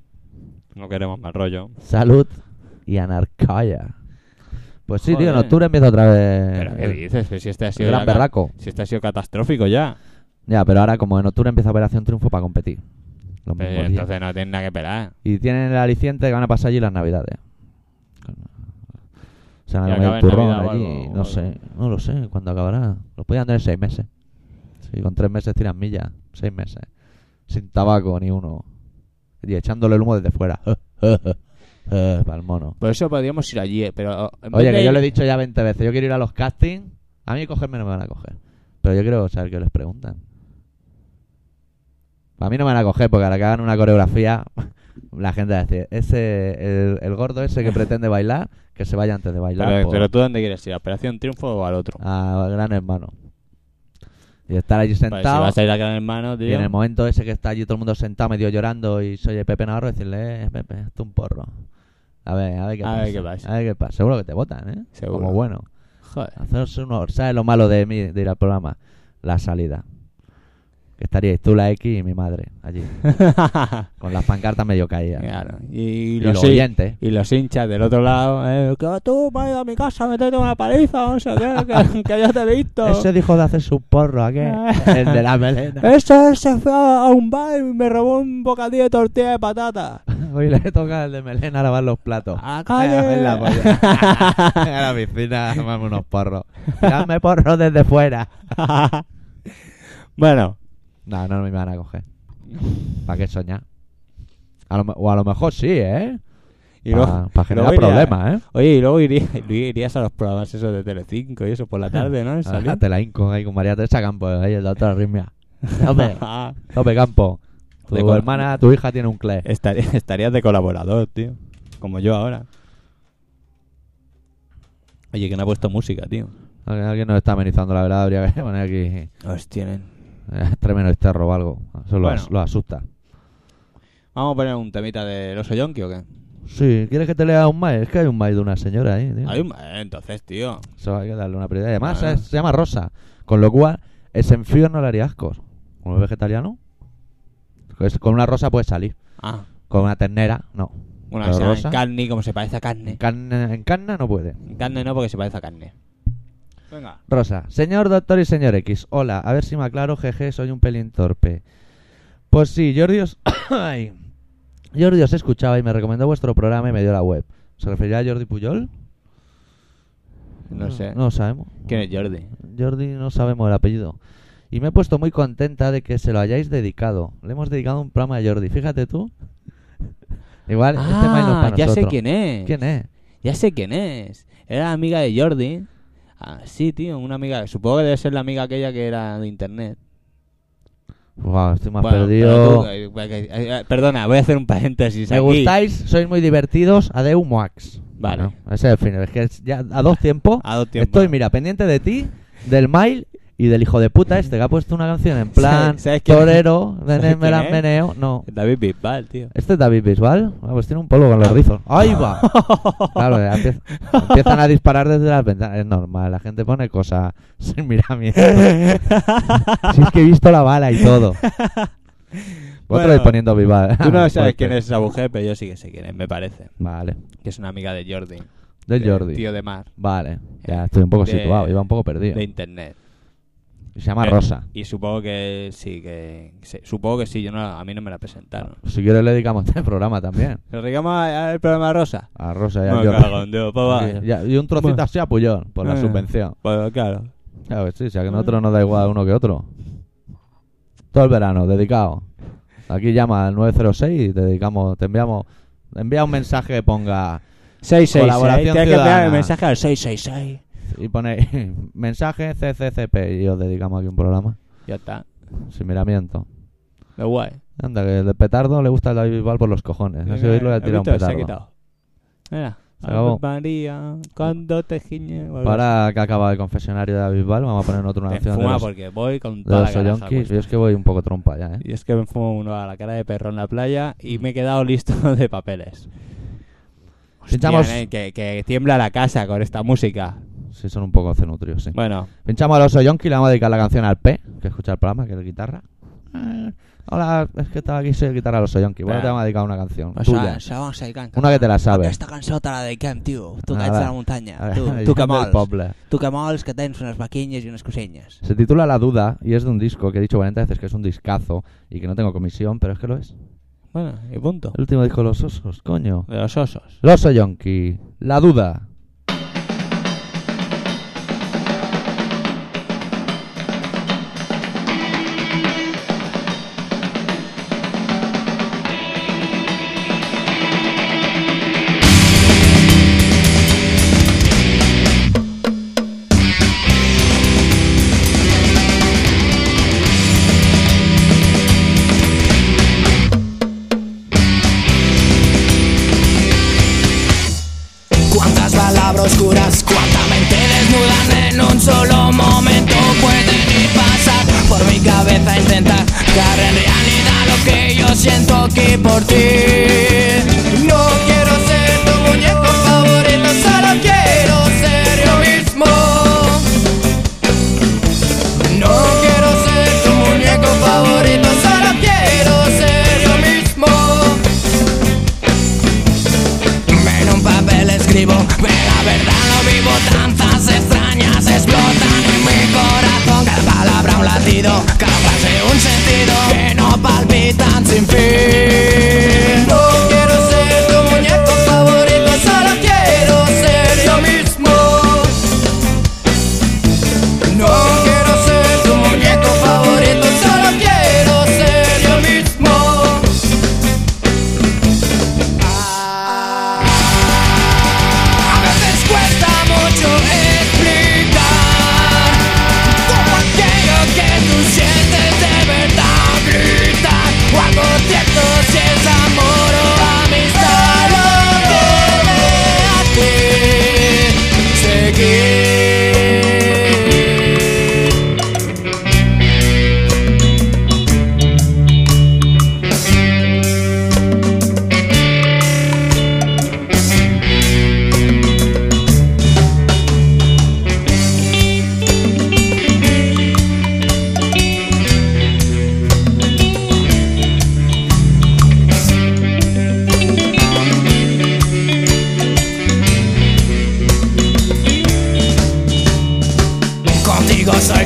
[SPEAKER 1] No queremos más
[SPEAKER 2] Eh,
[SPEAKER 1] rollo.
[SPEAKER 2] Salud y anarquía. Pues sí, tío, en
[SPEAKER 1] Joder.
[SPEAKER 2] octubre empieza otra vez.
[SPEAKER 1] Pero ¿qué dices? Pues si este ha sido.
[SPEAKER 2] eh, gran
[SPEAKER 1] ya-
[SPEAKER 2] berraco.
[SPEAKER 1] Si este ha sido catastrófico ya.
[SPEAKER 2] Ya, pero ahora como en octubre empieza Operación Triunfo para competir. Lo
[SPEAKER 1] Pues
[SPEAKER 2] mismo, tío.
[SPEAKER 1] entonces no tienen nada que esperar.
[SPEAKER 2] Y tienen el aliciente que van a pasar allí las navidades. Se van
[SPEAKER 1] Y
[SPEAKER 2] a comer
[SPEAKER 1] acaba
[SPEAKER 2] un
[SPEAKER 1] en
[SPEAKER 2] turrón
[SPEAKER 1] Navidad o
[SPEAKER 2] allí.
[SPEAKER 1] algo,
[SPEAKER 2] no
[SPEAKER 1] o
[SPEAKER 2] sé,
[SPEAKER 1] algo.
[SPEAKER 2] no lo sé, cuándo acabará. Lo podían tener seis meses. Sí, con tres meses tiran millas. Seis meses. Sin tabaco ni uno. Y echándole el humo desde fuera. para el mono.
[SPEAKER 1] Por eso podríamos ir allí, eh, pero. en vez
[SPEAKER 2] Oye,
[SPEAKER 1] de
[SPEAKER 2] que yo
[SPEAKER 1] ir-
[SPEAKER 2] le he dicho ya 20 veces, yo quiero ir a los castings, a mí cogerme no me van a coger. Pero yo quiero saber qué les preguntan. A mí no me van a coger porque ahora que hagan una coreografía, la gente va a decir, ese, el, el gordo ese que pretende bailar, que se vaya antes de bailar.
[SPEAKER 1] Pero,
[SPEAKER 2] por-
[SPEAKER 1] Ah, pero tú, ¿dónde quieres ir? ¿A Operación Triunfo o al otro?
[SPEAKER 2] A Gran Hermano. Y estar allí
[SPEAKER 1] Pues si
[SPEAKER 2] sentado.
[SPEAKER 1] vas a ir a Gran Hermano, tío.
[SPEAKER 2] Y en el momento ese que está allí todo el mundo sentado, medio llorando, y soy el Pepe Navarro, decirle, eh, Pepe, hazte un porro. A ver, a ver qué
[SPEAKER 1] A
[SPEAKER 2] pasa.
[SPEAKER 1] ver qué pasa.
[SPEAKER 2] A ver qué pasa. Seguro que te votan, ¿eh?
[SPEAKER 1] Seguro.
[SPEAKER 2] Como bueno.
[SPEAKER 1] Joder.
[SPEAKER 2] Haceros uno, ¿sabes lo malo de mí, de ir al programa? La salida. Que estaríais tú, la X y mi madre allí. Con las pancartas medio caídas.
[SPEAKER 1] Claro. Y,
[SPEAKER 2] Y
[SPEAKER 1] los
[SPEAKER 2] los
[SPEAKER 1] hin-
[SPEAKER 2] oyentes.
[SPEAKER 1] y los hinchas del otro lado. eh, que tú vas a ir a mi casa, metete una paliza, no sé qué, que, que yo te he visto.
[SPEAKER 2] Ese dijo de hacer su porro, ¿a qué? El de la melena.
[SPEAKER 1] Ese se fue a un bar y me robó un bocadillo de tortilla de patata.
[SPEAKER 2] Hoy le toca al de melena lavar los platos.
[SPEAKER 1] ¡A
[SPEAKER 2] Eh,
[SPEAKER 1] calle!
[SPEAKER 2] en la polla. a la piscina, tomarme unos porros. Dame porros desde fuera.
[SPEAKER 1] bueno,
[SPEAKER 2] No, no me van a coger. ¿Para qué soñar? A lo me- o a lo mejor sí, ¿eh?
[SPEAKER 1] y
[SPEAKER 2] Pa-
[SPEAKER 1] luego-
[SPEAKER 2] pa generar
[SPEAKER 1] luego iría-
[SPEAKER 2] problemas, ¿eh?
[SPEAKER 1] Oye, y luego iría- luego irías a los programas esos de Telecinco y eso por la tarde, ¿no?
[SPEAKER 2] Ajá,
[SPEAKER 1] Salir.
[SPEAKER 2] te la inco ahí con María Teresa Campo, ahí el doctor Arritmia. Tope,
[SPEAKER 1] Ah,
[SPEAKER 2] tope Campo. Tu
[SPEAKER 1] De col-
[SPEAKER 2] hermana, tu hija tiene un cle.
[SPEAKER 1] Estaría- estarías de colaborador, tío. Como yo ahora. Oye, que no ha puesto música, tío.
[SPEAKER 2] Alguien, alguien nos está amenizando, la verdad. Habría que poner aquí
[SPEAKER 1] Os tienen.
[SPEAKER 2] eh, tremendo esterro o algo. Eso lo,
[SPEAKER 1] Bueno.
[SPEAKER 2] as- lo asusta.
[SPEAKER 1] Vamos a poner un temita del oso yonki o qué.
[SPEAKER 2] Sí, ¿quieres que te lea un mail? Es que hay un mail de una señora ahí. tío.
[SPEAKER 1] Ay, eh, entonces, tío.
[SPEAKER 2] Eso hay que darle una prioridad. Y además
[SPEAKER 1] Ah.
[SPEAKER 2] es- se llama Rosa, con lo cual ese enfrío no le haría ascos. ¿Un vegetariano? Pues con una rosa puede salir.
[SPEAKER 1] Ah,
[SPEAKER 2] Con una ternera, no.
[SPEAKER 1] una que
[SPEAKER 2] Pero
[SPEAKER 1] se llama
[SPEAKER 2] rosa.
[SPEAKER 1] carne, como se parece a
[SPEAKER 2] En
[SPEAKER 1] carne.
[SPEAKER 2] carne, en carne no puede.
[SPEAKER 1] En carne no, porque se parece a carne. Venga.
[SPEAKER 2] Rosa, señor doctor y señor X, hola, a ver si me aclaro, jeje, soy un pelín torpe. Pues sí, Jordi os... Ay. Jordi os escuchaba y me recomendó vuestro programa y me dio la web. ¿Se referirá a Jordi Puyol?
[SPEAKER 1] No sé.
[SPEAKER 2] No lo sabemos.
[SPEAKER 1] ¿Quién es Jordi?
[SPEAKER 2] Jordi no sabemos el apellido. Y me he puesto muy contenta de que se lo hayáis dedicado. Le hemos dedicado un programa a Jordi, fíjate tú. Igual este mail no es
[SPEAKER 1] Ah,
[SPEAKER 2] para
[SPEAKER 1] ya sé
[SPEAKER 2] nosotros.
[SPEAKER 1] quién es.
[SPEAKER 2] ¿Quién es?
[SPEAKER 1] Ya sé quién es. Era amiga de Jordi. Ah, sí, tío, una amiga. Supongo que debe ser la amiga aquella que era de internet.
[SPEAKER 2] Wow, estoy más
[SPEAKER 1] Bueno,
[SPEAKER 2] perdido.
[SPEAKER 1] pero tú, eh, eh, eh, perdona, voy a hacer un paréntesis.
[SPEAKER 2] Me
[SPEAKER 1] Pues aquí.
[SPEAKER 2] gustáis, sois muy divertidos. Adeu, Moax.
[SPEAKER 1] Vale.
[SPEAKER 2] Bueno, ese es el final. Es que es ya a dos tiempos.
[SPEAKER 1] A dos tiempos.
[SPEAKER 2] Estoy, mira, pendiente de ti, del mail y del hijo de puta este que ha puesto una canción en plan
[SPEAKER 1] ¿Sabes- sabes quién es?
[SPEAKER 2] torero,
[SPEAKER 1] ¿Sabes
[SPEAKER 2] menem,
[SPEAKER 1] quién
[SPEAKER 2] melam,
[SPEAKER 1] es?
[SPEAKER 2] meneo. No.
[SPEAKER 1] David Bisbal, tío.
[SPEAKER 2] Este es David Bisbal. Ah, pues tiene un polvo con los rizos. ¡Ahí va! Claro, ya empie- empiezan a disparar desde las ventanas. Es normal, la gente pone cosas sin miramiento. si es que he visto la bala y todo. Vosotros
[SPEAKER 1] Bueno,
[SPEAKER 2] vais poniendo viva.
[SPEAKER 1] Tú no
[SPEAKER 2] pues
[SPEAKER 1] sabes quién es esa mujer, pero yo sí que sé quién es, me parece.
[SPEAKER 2] Vale,
[SPEAKER 1] Que es una amiga de Jordi.
[SPEAKER 2] de Jordi.
[SPEAKER 1] Tío de mar.
[SPEAKER 2] Vale, ya estoy un poco
[SPEAKER 1] De-
[SPEAKER 2] situado, iba un poco perdido.
[SPEAKER 1] De internet.
[SPEAKER 2] Se llama
[SPEAKER 1] Eh,
[SPEAKER 2] Rosa.
[SPEAKER 1] Y supongo que sí, que. sí, Supongo que sí, yo no, a mí no me la presentaron.
[SPEAKER 2] Si quieres le dedicamos este programa también.
[SPEAKER 1] ¿Le digamos al programa Rosa?
[SPEAKER 2] A Rosa y a
[SPEAKER 1] Me
[SPEAKER 2] Jordi.
[SPEAKER 1] cago en Dios, pues vaya.
[SPEAKER 2] Y- y un trocito
[SPEAKER 1] Bueno.
[SPEAKER 2] así a Puyol, por la
[SPEAKER 1] Eh,
[SPEAKER 2] subvención.
[SPEAKER 1] Bueno, claro.
[SPEAKER 2] Claro que sí, si a que nosotros nos da igual uno que otro. Todo el verano, dedicado. Aquí llama al 906 y te dedicamos, te enviamos, envía un mensaje que ponga
[SPEAKER 1] 666.
[SPEAKER 2] Colaboración
[SPEAKER 1] Tienes que enviar
[SPEAKER 2] ciudadana.
[SPEAKER 1] el mensaje al 666.
[SPEAKER 2] y pone mensaje CCCP y os dedicamos aquí un programa
[SPEAKER 1] Ya está.
[SPEAKER 2] sin miramiento.
[SPEAKER 1] Lo guay.
[SPEAKER 2] Anda, que el petardo le gusta el David Bisbal por los cojones. No sé oírlo le ha
[SPEAKER 1] Eh, ¿Has
[SPEAKER 2] tirado un
[SPEAKER 1] visto? Se ha
[SPEAKER 2] petardo.
[SPEAKER 1] quitado. Mira.
[SPEAKER 2] Se acabó.
[SPEAKER 1] Ave María, cuando te giñe. o algo
[SPEAKER 2] Ahora que ha acabado el confesionario de David Bisbal, vamos a poner otro
[SPEAKER 1] así.
[SPEAKER 2] una
[SPEAKER 1] Te
[SPEAKER 2] canción de
[SPEAKER 1] fuma
[SPEAKER 2] los,
[SPEAKER 1] porque voy con
[SPEAKER 2] de
[SPEAKER 1] toda
[SPEAKER 2] los
[SPEAKER 1] la cara
[SPEAKER 2] Soyonki. Yo es que voy un poco trompa ya, ¿eh?
[SPEAKER 1] Y es que me fumo uno a la cara de perro en la playa y me he quedado listo de papeles. Hostia,
[SPEAKER 2] Pinchamos-
[SPEAKER 1] nen, que, que tiembla la casa con esta música.
[SPEAKER 2] Sí, son un poco cenutrios, sí.
[SPEAKER 1] Bueno,
[SPEAKER 2] Pinchamos al oso Yonki y le vamos a dedicar la canción al P, que escucha el programa, que es el guitarra. Eh, Hola, es que estaba aquí, soy el guitarra del oso Yonki. Bueno,
[SPEAKER 1] Claro.
[SPEAKER 2] te vamos a dedicar una canción.
[SPEAKER 1] pues
[SPEAKER 7] O
[SPEAKER 2] tuya.
[SPEAKER 1] ah,
[SPEAKER 7] sea, se vamos a ir can-
[SPEAKER 2] Una que te la sabes.
[SPEAKER 7] Aquesta cançó te la dediquem, tio. Tu que
[SPEAKER 2] Ah,
[SPEAKER 7] ets
[SPEAKER 2] va.
[SPEAKER 7] de la muntanya.
[SPEAKER 2] A ver,
[SPEAKER 7] Tu,
[SPEAKER 2] Alexander
[SPEAKER 7] tu que mols.
[SPEAKER 2] Poplar.
[SPEAKER 7] Tu que mols, que tens unes vaquinyes i unes cosenyes.
[SPEAKER 2] Se titula La Duda y es de un disco que he dicho 40 veces que es un discazo y que no tengo comisión, pero es que lo es.
[SPEAKER 1] bueno, y punto.
[SPEAKER 2] El último disco de los osos, coño.
[SPEAKER 1] De los osos.
[SPEAKER 2] El oso Yonki, La Duda.
[SPEAKER 8] Cuántas palabras oscuras, cuánta mente desnudan en un solo momento pueden ir pasar por mi cabeza intentar dar en realidad lo que yo siento aquí por ti. No quiero ser tu muñeco favorito, solo quiero ser yo mismo. No quiero ser tu muñeco favorito, solo quiero ser yo mismo. En un papel escribo, ve la verdad lo vivo, tantas extrañas explotan en mi corazón, cada palabra un latido, cada frase un sentido, que no palpitan sin fin. No quiero ser tu muñeco favorito, solo quiero ser yo mismo. No quiero ser tu muñeco favorito, solo quiero ser yo mismo. Ah, A veces cuesta mucho explicar Como aquello que tú sientes de verdad gritar O algo te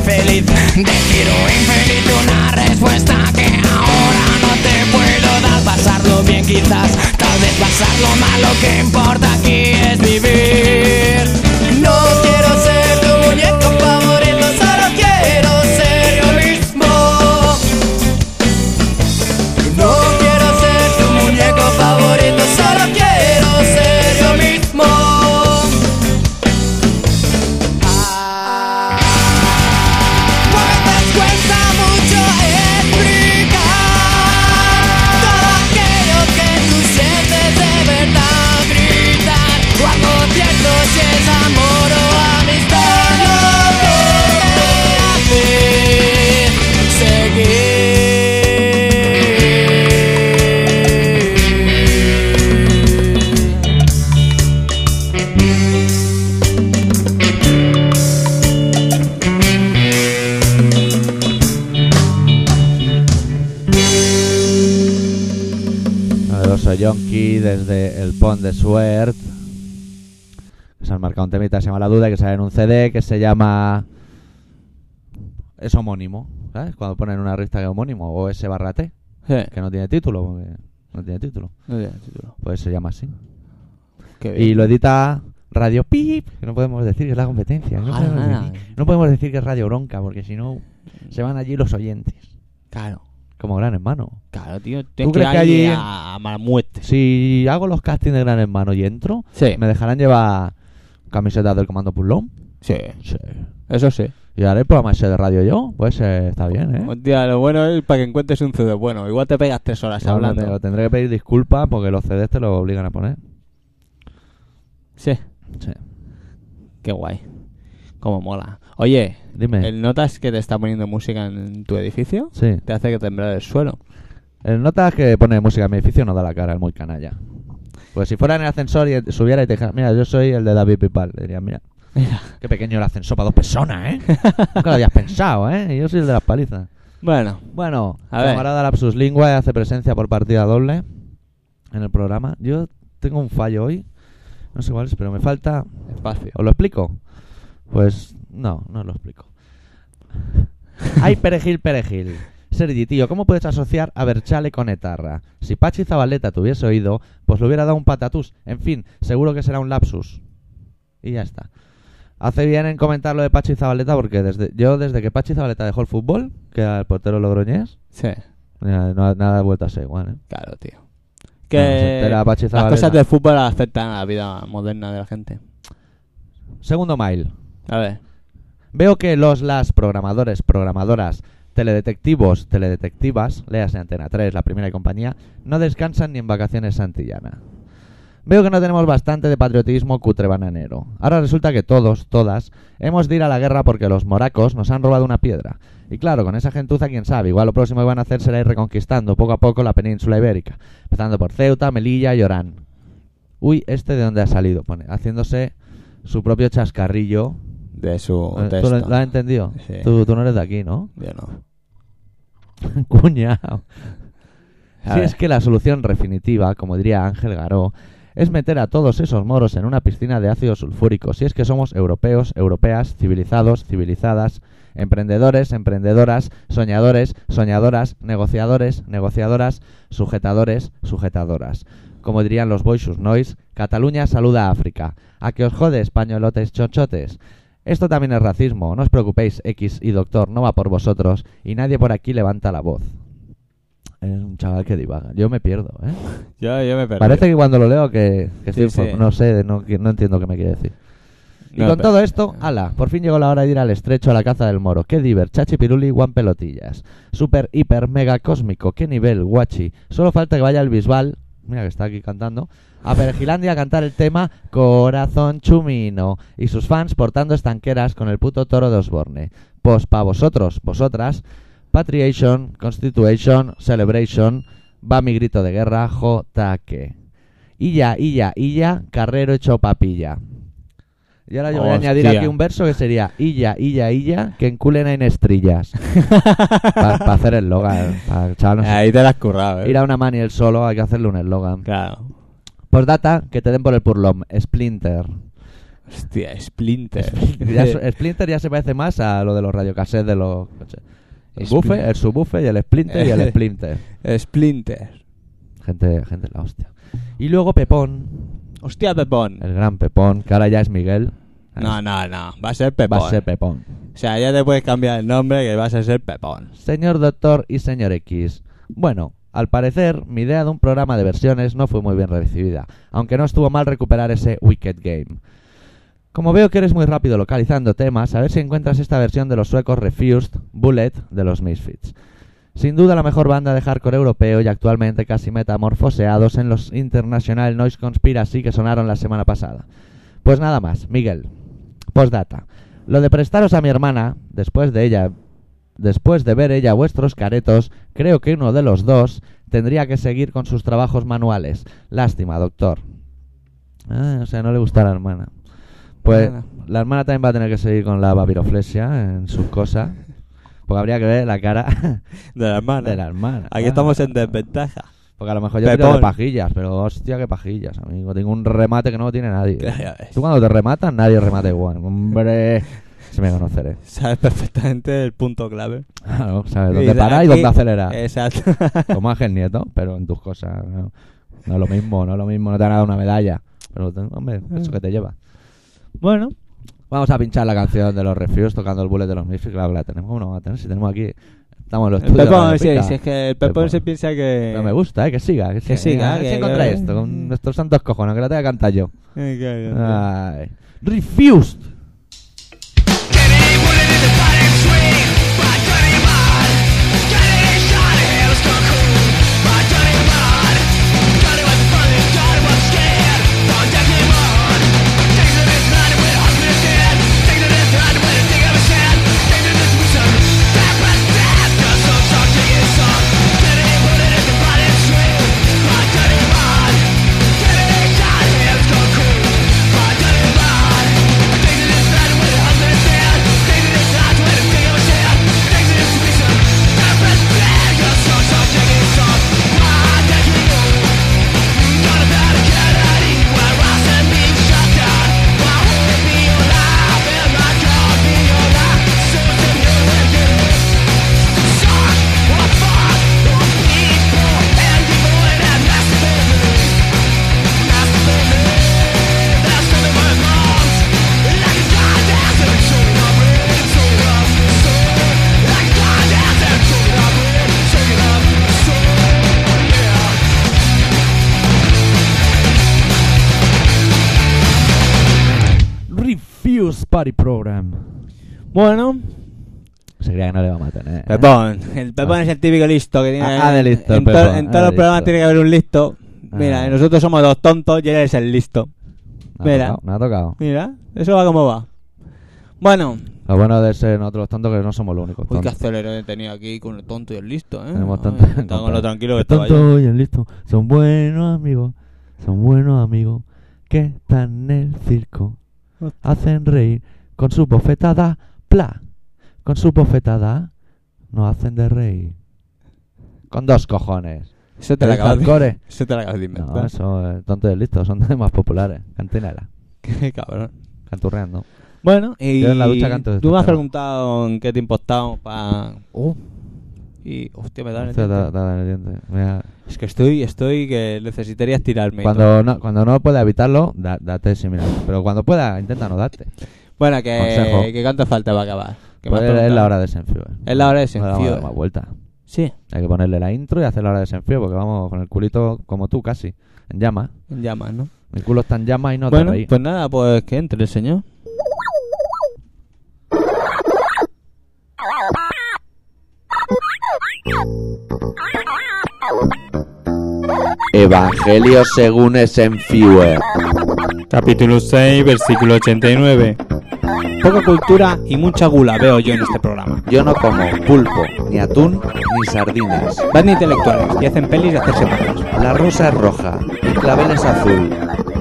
[SPEAKER 8] feliz. Decir un infeliz una respuesta que ahora no te puedo dar. Pasarlo bien quizás, tal vez pasarlo mal. Lo que importa aquí es vivir. No quiero ser tu muñeco favorito, solo quiero ser yo mismo. No quiero ser tu muñeco favorito, solo quiero ser yo mismo. Ah, ¿Cuántas cuesta mucho explicar todo aquello que tú sientes de verdad? Gritar o algo tierno si es amor o amistad. Lo que me hace seguir.
[SPEAKER 2] El oso Yonki desde el Pont de Suert. Se han marcado un temita que se llama La Duda, que sale en un CD que se llama. Es homónimo, ¿sabes? Cuando ponen una revista que es homónimo, o ese barra T,
[SPEAKER 1] Sí,
[SPEAKER 2] que no tiene título, porque no tiene título.
[SPEAKER 1] no tiene título.
[SPEAKER 2] Pues se llama así.
[SPEAKER 1] Qué bien.
[SPEAKER 2] Y lo edita Radio Pip, que no podemos decir que es la competencia. No
[SPEAKER 1] Ah,
[SPEAKER 2] podemos,
[SPEAKER 1] nada.
[SPEAKER 2] decir, no podemos decir que es Radio Bronca, porque si no, se van allí los oyentes.
[SPEAKER 1] Claro,
[SPEAKER 2] Como gran hermano.
[SPEAKER 1] claro, tío. Tienes que ir
[SPEAKER 2] crees que
[SPEAKER 1] allí
[SPEAKER 2] allí-
[SPEAKER 1] a, a mala muerte.
[SPEAKER 2] Si hago los castings de gran hermano y entro,
[SPEAKER 1] Sí,
[SPEAKER 2] ¿Me dejarán llevar camisetas del comando Pullón?
[SPEAKER 1] sí,
[SPEAKER 2] Sí.
[SPEAKER 1] eso sí.
[SPEAKER 2] ¿Y haré el programa ese de radio yo? Pues eh, está bien, ¿eh?
[SPEAKER 1] Un día lo bueno es para que encuentres un CD bueno. Igual te pegas tres horas
[SPEAKER 2] Bueno,
[SPEAKER 1] hablando.
[SPEAKER 2] te- lo tendré que pedir disculpas porque los CDs te lo obligan a poner.
[SPEAKER 1] Sí,
[SPEAKER 2] Sí.
[SPEAKER 1] qué guay. Cómo mola. Oye,
[SPEAKER 2] Dime.
[SPEAKER 1] ¿el notas que te está poniendo música en tu edificio?
[SPEAKER 2] Sí.
[SPEAKER 1] Te hace que temblar el suelo.
[SPEAKER 2] El notas que pone música en mi edificio no da la cara, es muy canalla. Pues si fuera en el ascensor y subiera y te dijera, mira, yo soy el de David Pipal, le diría, mira, qué pequeño el ascensor para dos personas, ¿eh? Nunca lo habías pensado, ¿eh? Yo soy el de las palizas.
[SPEAKER 1] bueno,
[SPEAKER 2] Bueno,
[SPEAKER 1] A ver.
[SPEAKER 2] camarada Lapsus Lingua hace presencia por partida doble en el programa. Yo tengo un fallo hoy, no sé cuál es, pero me falta.
[SPEAKER 1] espacio.
[SPEAKER 2] ¿Os lo explico? Pues no, no os lo explico. Ay, perejil, perejil. Sergi, tío, ¿cómo puedes asociar a Berchale con Etarra? Si Pachi Zabaleta te hubiese oído, pues le hubiera dado un patatús. En fin, seguro que será un lapsus. Y ya está. Hace bien en comentar lo de Pachi Zabaleta porque desde, yo desde que Pachi Zabaleta dejó el fútbol, que era el portero logroñés,
[SPEAKER 1] Sí,
[SPEAKER 2] Mira, no, nada ha vuelto a ser igual, ¿eh?
[SPEAKER 1] claro, tío.
[SPEAKER 2] No, se
[SPEAKER 1] Que
[SPEAKER 2] entera Pachi
[SPEAKER 1] las
[SPEAKER 2] Zabaleta.
[SPEAKER 1] cosas del fútbol afectan a la vida moderna de la gente.
[SPEAKER 2] Segundo mail.
[SPEAKER 1] A ver,
[SPEAKER 2] Veo que los, las programadores, programadoras, teledetectivos, teledetectivas, leas en Antena 3, la primera y compañía, no descansan ni en vacaciones santillana. Veo que no tenemos bastante de patriotismo cutre bananero. Ahora resulta que todos, todas, hemos de ir a la guerra porque los moracos nos han robado una piedra. Y claro, con esa gentuza, quién sabe, igual lo próximo que van a hacer será ir reconquistando poco a poco la península ibérica, empezando por Ceuta, Melilla y Orán. Uy, este de dónde ha salido, pone, haciéndose su propio chascarrillo
[SPEAKER 1] de su
[SPEAKER 2] eh, ¿Tú
[SPEAKER 1] texto.
[SPEAKER 2] lo, lo has entendido?
[SPEAKER 1] Sí.
[SPEAKER 2] Tú, tú no eres de aquí, ¿no?
[SPEAKER 1] Yo no.
[SPEAKER 2] Cuñado.
[SPEAKER 1] A
[SPEAKER 2] Si
[SPEAKER 1] ver.
[SPEAKER 2] es que la solución definitiva, como diría Ángel Garó, es meter a todos esos moros en una piscina de ácido sulfúrico. Si es que somos europeos, europeas, civilizados, civilizadas, emprendedores, emprendedoras, soñadores, soñadoras, negociadores, negociadoras, sujetadores, sujetadoras. Como dirían los Boisus Nois, Cataluña saluda a África. A que os jode, españolotes chochotes. Esto también es racismo. No os preocupéis, X y Doctor, no va por vosotros y nadie por aquí levanta la voz. Es un chaval que divaga. Yo me pierdo, ¿eh?
[SPEAKER 1] Yo, yo me perdí.
[SPEAKER 2] Parece que cuando lo leo que, que
[SPEAKER 1] Sí,
[SPEAKER 2] estoy
[SPEAKER 1] sí.
[SPEAKER 2] inform- No sé, no, que- no entiendo qué me quiere decir. Y
[SPEAKER 1] No,
[SPEAKER 2] con
[SPEAKER 1] pero-
[SPEAKER 2] todo esto, ala, por fin llegó la hora de ir al estrecho a la caza del moro. Qué diver, chachi piruli, guan pelotillas. Super, hiper, mega cósmico, qué nivel, guachi. Solo falta que vaya el bisbal, mira que está aquí cantando, a Pergilandia a cantar el tema Corazón Chumino y sus fans portando estanqueras con el puto toro de Osborne. Pues pa' vosotros, vosotras, Patriation, Constitution, Celebration, va mi grito de guerra, JK. Illa, illa, illa, carrero hecho papilla. Y ahora yo voy a
[SPEAKER 1] Hostia.
[SPEAKER 2] añadir aquí un verso que sería Illa, illa, illa, que enculen en estrillas. Para hacer eslogan. Para
[SPEAKER 1] Ahí te la has currado, eh.
[SPEAKER 2] ir a una mani el solo, hay que hacerle un eslogan.
[SPEAKER 1] Claro.
[SPEAKER 2] Postdata, que te den por el purlom. Splinter.
[SPEAKER 1] Hostia, Splinter.
[SPEAKER 2] Ya su- Splinter ya se parece más a lo de los radiocassettes de los coches. El
[SPEAKER 1] Splinter.
[SPEAKER 2] buffer, el subwoofer y el splinter y el splinter.
[SPEAKER 1] Splinter.
[SPEAKER 2] Gente, gente la hostia. Y luego Pepón,
[SPEAKER 1] Hostia, Pepón.
[SPEAKER 2] el gran Pepón, que ahora ya es Miguel.
[SPEAKER 1] No, no, no. Va a ser Pepón.
[SPEAKER 2] Va a ser Pepón.
[SPEAKER 1] O sea, ya te puedes cambiar el nombre que vas a ser Pepón.
[SPEAKER 2] Señor Doctor y Señor X. Bueno, al parecer, mi idea de un programa de versiones no fue muy bien recibida, aunque no estuvo mal recuperar ese Wicked Game. Como veo que eres muy rápido localizando temas, a ver si encuentras esta versión de los suecos Refused, Bullet, de los Misfits. Sin duda la mejor banda de hardcore europeo y actualmente casi metamorfoseados en los International Noise Conspiracy que sonaron la semana pasada. Pues nada más, Miguel. Postdata. Lo de prestaros a mi hermana, después de ella Después de ver ella vuestros caretos, creo que uno de los dos tendría que seguir con sus trabajos manuales. Lástima, doctor. Ah, o sea, no le gusta la hermana. Pues
[SPEAKER 1] Nada.
[SPEAKER 2] la hermana también va a tener que seguir con la papiroflexia en sus cosas. Porque habría que ver la cara
[SPEAKER 1] De la hermana.
[SPEAKER 2] de la Ah. hermana.
[SPEAKER 1] Aquí estamos en desventaja.
[SPEAKER 2] Porque a lo mejor yo tiro de
[SPEAKER 1] Pepón.
[SPEAKER 2] pajillas, pero hostia, qué pajillas, amigo. Tengo un remate que no lo tiene nadie.
[SPEAKER 1] Ya ves.
[SPEAKER 2] Tú cuando te rematas, nadie remata igual. Hombre, se me conoceré.
[SPEAKER 1] Sabes perfectamente el punto clave.
[SPEAKER 2] Claro, ¿sabes?
[SPEAKER 1] Y
[SPEAKER 2] ¿Dónde
[SPEAKER 1] de
[SPEAKER 2] parar y
[SPEAKER 1] aquí-
[SPEAKER 2] dónde acelerar?
[SPEAKER 1] Exacto.
[SPEAKER 2] como Ángel Nieto, pero en tus cosas. No, No es lo mismo, no es lo mismo, no te han dado una medalla. Pero, hombre, eso que te lleva.
[SPEAKER 1] bueno.
[SPEAKER 2] Vamos a pinchar la canción de los Refuse tocando el bullet de los Misfits. Claro que la tenemos, ¿cómo no vamos a tener? Si tenemos aquí. Estamos en los
[SPEAKER 1] El
[SPEAKER 2] estudios.
[SPEAKER 1] Pepón,
[SPEAKER 2] Radio
[SPEAKER 1] sí,
[SPEAKER 2] Pica.
[SPEAKER 1] sí, es que el Pepón,
[SPEAKER 2] Pepón.
[SPEAKER 1] se piensa que.
[SPEAKER 2] Pero me gusta, ¿eh? Que siga. Que,
[SPEAKER 1] siga,
[SPEAKER 2] A ver
[SPEAKER 1] que-
[SPEAKER 2] si encuentra
[SPEAKER 1] que-
[SPEAKER 2] esto con nuestros santos cojones, que la tenga que cantar yo.
[SPEAKER 1] Eh, claro.
[SPEAKER 2] Ay. Refused. Refused Party Program.
[SPEAKER 1] Bueno,
[SPEAKER 2] Eh. Se creía que no le vamos a tener. ¿eh?
[SPEAKER 1] Pepón. El Pepón es el típico listo que tiene.
[SPEAKER 2] Ah, ah, de listo,
[SPEAKER 1] En, to-
[SPEAKER 2] Pepón,
[SPEAKER 1] en
[SPEAKER 2] ah,
[SPEAKER 1] todos
[SPEAKER 2] de
[SPEAKER 1] los programas
[SPEAKER 2] listo.
[SPEAKER 1] tiene que haber un listo.
[SPEAKER 2] Ah.
[SPEAKER 1] Mira, y nosotros somos dos tontos y él es el listo.
[SPEAKER 2] No ha
[SPEAKER 1] Mira.
[SPEAKER 2] tocado, No ha tocado.
[SPEAKER 1] Mira, eso va como va. Bueno,
[SPEAKER 2] Lo bueno de ser nosotros los tontos es que no somos los únicos
[SPEAKER 7] Uy, qué
[SPEAKER 2] tontos.
[SPEAKER 7] acelerón he tenido aquí con el tonto y el listo, ¿eh?
[SPEAKER 2] Tenemos
[SPEAKER 7] Ay,
[SPEAKER 2] tanto-
[SPEAKER 1] estaba con lo tranquilo que
[SPEAKER 2] El
[SPEAKER 1] estaba yo.
[SPEAKER 2] tonto y el listo son buenos amigos, son buenos amigos que están en el circo. Hacen reír con su bofetada, pla. Con su bofetada nos hacen de reír. Con dos cojones.
[SPEAKER 1] Eso te lo
[SPEAKER 2] ¿El
[SPEAKER 1] acabas de-
[SPEAKER 2] hardcore?
[SPEAKER 1] Eso te lo acabas de inventar.
[SPEAKER 2] No, eso, el tonto y el listo son de más populares. Cantinela,
[SPEAKER 1] Qué cabrón.
[SPEAKER 2] canturreando.
[SPEAKER 1] Bueno, y
[SPEAKER 2] Yo en la ducha canto este
[SPEAKER 1] tú me has
[SPEAKER 2] tema.
[SPEAKER 1] preguntado en qué tiempo estamos para...
[SPEAKER 2] Oh.
[SPEAKER 1] Y, hostia, me da en el
[SPEAKER 2] Hostia,
[SPEAKER 1] diente.
[SPEAKER 2] da- da en el diente. Mira,
[SPEAKER 1] Es que estoy, estoy que necesitaría estirarme. y todo.
[SPEAKER 2] Cuando no, cuando no pueda evitarlo, da- date similar. Pero cuando pueda, intenta no darte.
[SPEAKER 1] Bueno, que,
[SPEAKER 2] Consejo.
[SPEAKER 1] que cuánto falta para acabar. Que me has
[SPEAKER 2] Pues es la
[SPEAKER 1] preguntado.
[SPEAKER 2] hora de Senfío. eh.
[SPEAKER 1] Es la hora de
[SPEAKER 2] No le vamos a dar
[SPEAKER 1] Senfío. eh.
[SPEAKER 2] más vuelta.
[SPEAKER 1] Sí,
[SPEAKER 2] Hay que ponerle la intro y hacer la hora de Senfío, porque vamos con el culito como tú casi, en llamas.
[SPEAKER 1] en llamas, ¿no?
[SPEAKER 2] Mi culo está en llamas y no
[SPEAKER 1] bueno,
[SPEAKER 2] te reí.
[SPEAKER 1] pues nada, pues que entre el señor.
[SPEAKER 2] Evangelio según es Senfío. eh.
[SPEAKER 1] Capítulo 6, versículo 89. Poca cultura y mucha gula veo yo en este programa.
[SPEAKER 2] Yo no como pulpo, ni atún, ni sardinas.
[SPEAKER 1] Van de intelectuales y hacen pelis de hacerse malos.
[SPEAKER 2] La rosa es roja, el clavel es azul.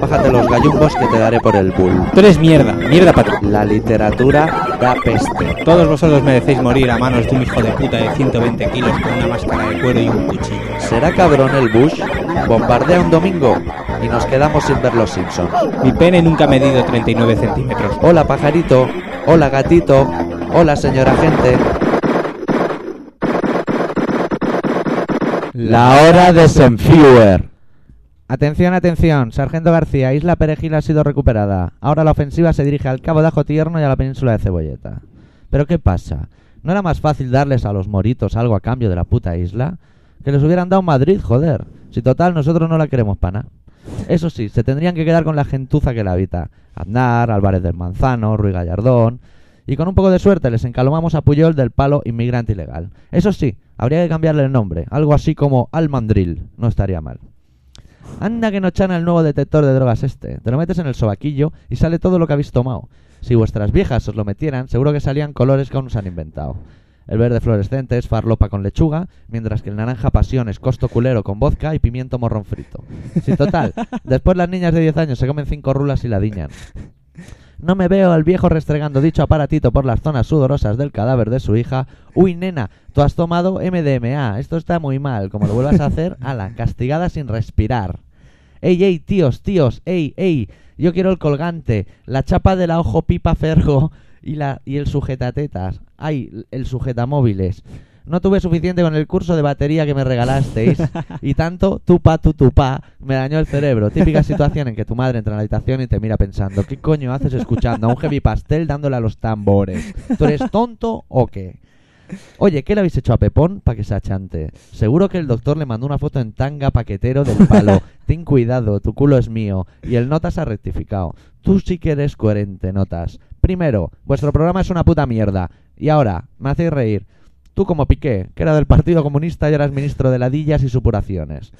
[SPEAKER 2] Bájate los gallumbos que te daré por el bull.
[SPEAKER 9] Tú eres mierda, mierda para ti.
[SPEAKER 2] La literatura da peste.
[SPEAKER 1] Todos vosotros merecéis morir a manos de un hijo de puta de 120 kilos con una máscara de cuero y un cuchillo.
[SPEAKER 2] ¿Será cabrón el Bush? Bombardea un domingo y nos quedamos sin ver los Simpsons.
[SPEAKER 1] Mi pene nunca ha medido 39 centímetros.
[SPEAKER 2] Hola pajarito, hola gatito, hola señora gente. La hora de Senfuer. Atención, atención, Sargento García, Isla Perejil ha sido recuperada. Ahora la ofensiva se dirige al Cabo de Ajo Tierno y a la península de Cebolleta. ¿Pero qué pasa? ¿No era más fácil darles a los moritos algo a cambio de la puta isla? Que les hubieran dado Madrid, joder. Si total, nosotros no la queremos pana. Eso sí, se tendrían que quedar con la gentuza que la habita. Aznar, Álvarez del Manzano, Ruy Gallardón. Y con un poco de suerte les encalomamos a Puyol del palo inmigrante ilegal. Eso sí, habría que cambiarle el nombre. Algo así como Almandril. No estaría mal. Anda que no chana el nuevo detector de drogas este. Te lo metes en el sobaquillo y sale todo lo que habéis tomado. Si vuestras viejas os lo metieran, seguro que salían colores que aún no se han inventado. El verde fluorescente es farlopa con lechuga, mientras que el naranja pasión es costo culero con vodka y pimiento morrón frito. Si total, después las niñas de 10 años se comen cinco rulas y la diñan. No me veo al viejo restregando dicho aparatito por las zonas sudorosas del cadáver de su hija. Uy, nena, tú has tomado MDMA. Esto está muy mal. Como lo vuelvas a hacer, ala, castigada sin respirar. Ey, ey, tíos, tíos, ey, ey. Yo quiero el colgante, la chapa de la ojo pipa fergo y, la, y el sujetatetas. Ay, el sujetamóviles. No tuve suficiente con el curso de batería que me regalasteis y tanto tupa tu tupa me dañó el cerebro. Típica situación en que tu madre entra en la habitación y te mira pensando, ¿qué coño haces escuchando a un heavy pastel dándole a los tambores? ¿Tú eres tonto o qué? Oye, ¿qué le habéis hecho a Pepón para que se achante? Seguro que el doctor le mandó una foto en tanga paquetero del palo. Ten cuidado, tu culo es mío. Y el Notas ha rectificado. Tú sí que eres coherente, Notas. Primero, vuestro programa es una puta mierda. Y ahora, me hacéis reír. Tú como Piqué, que era del Partido Comunista y eras ministro de ladillas y supuraciones.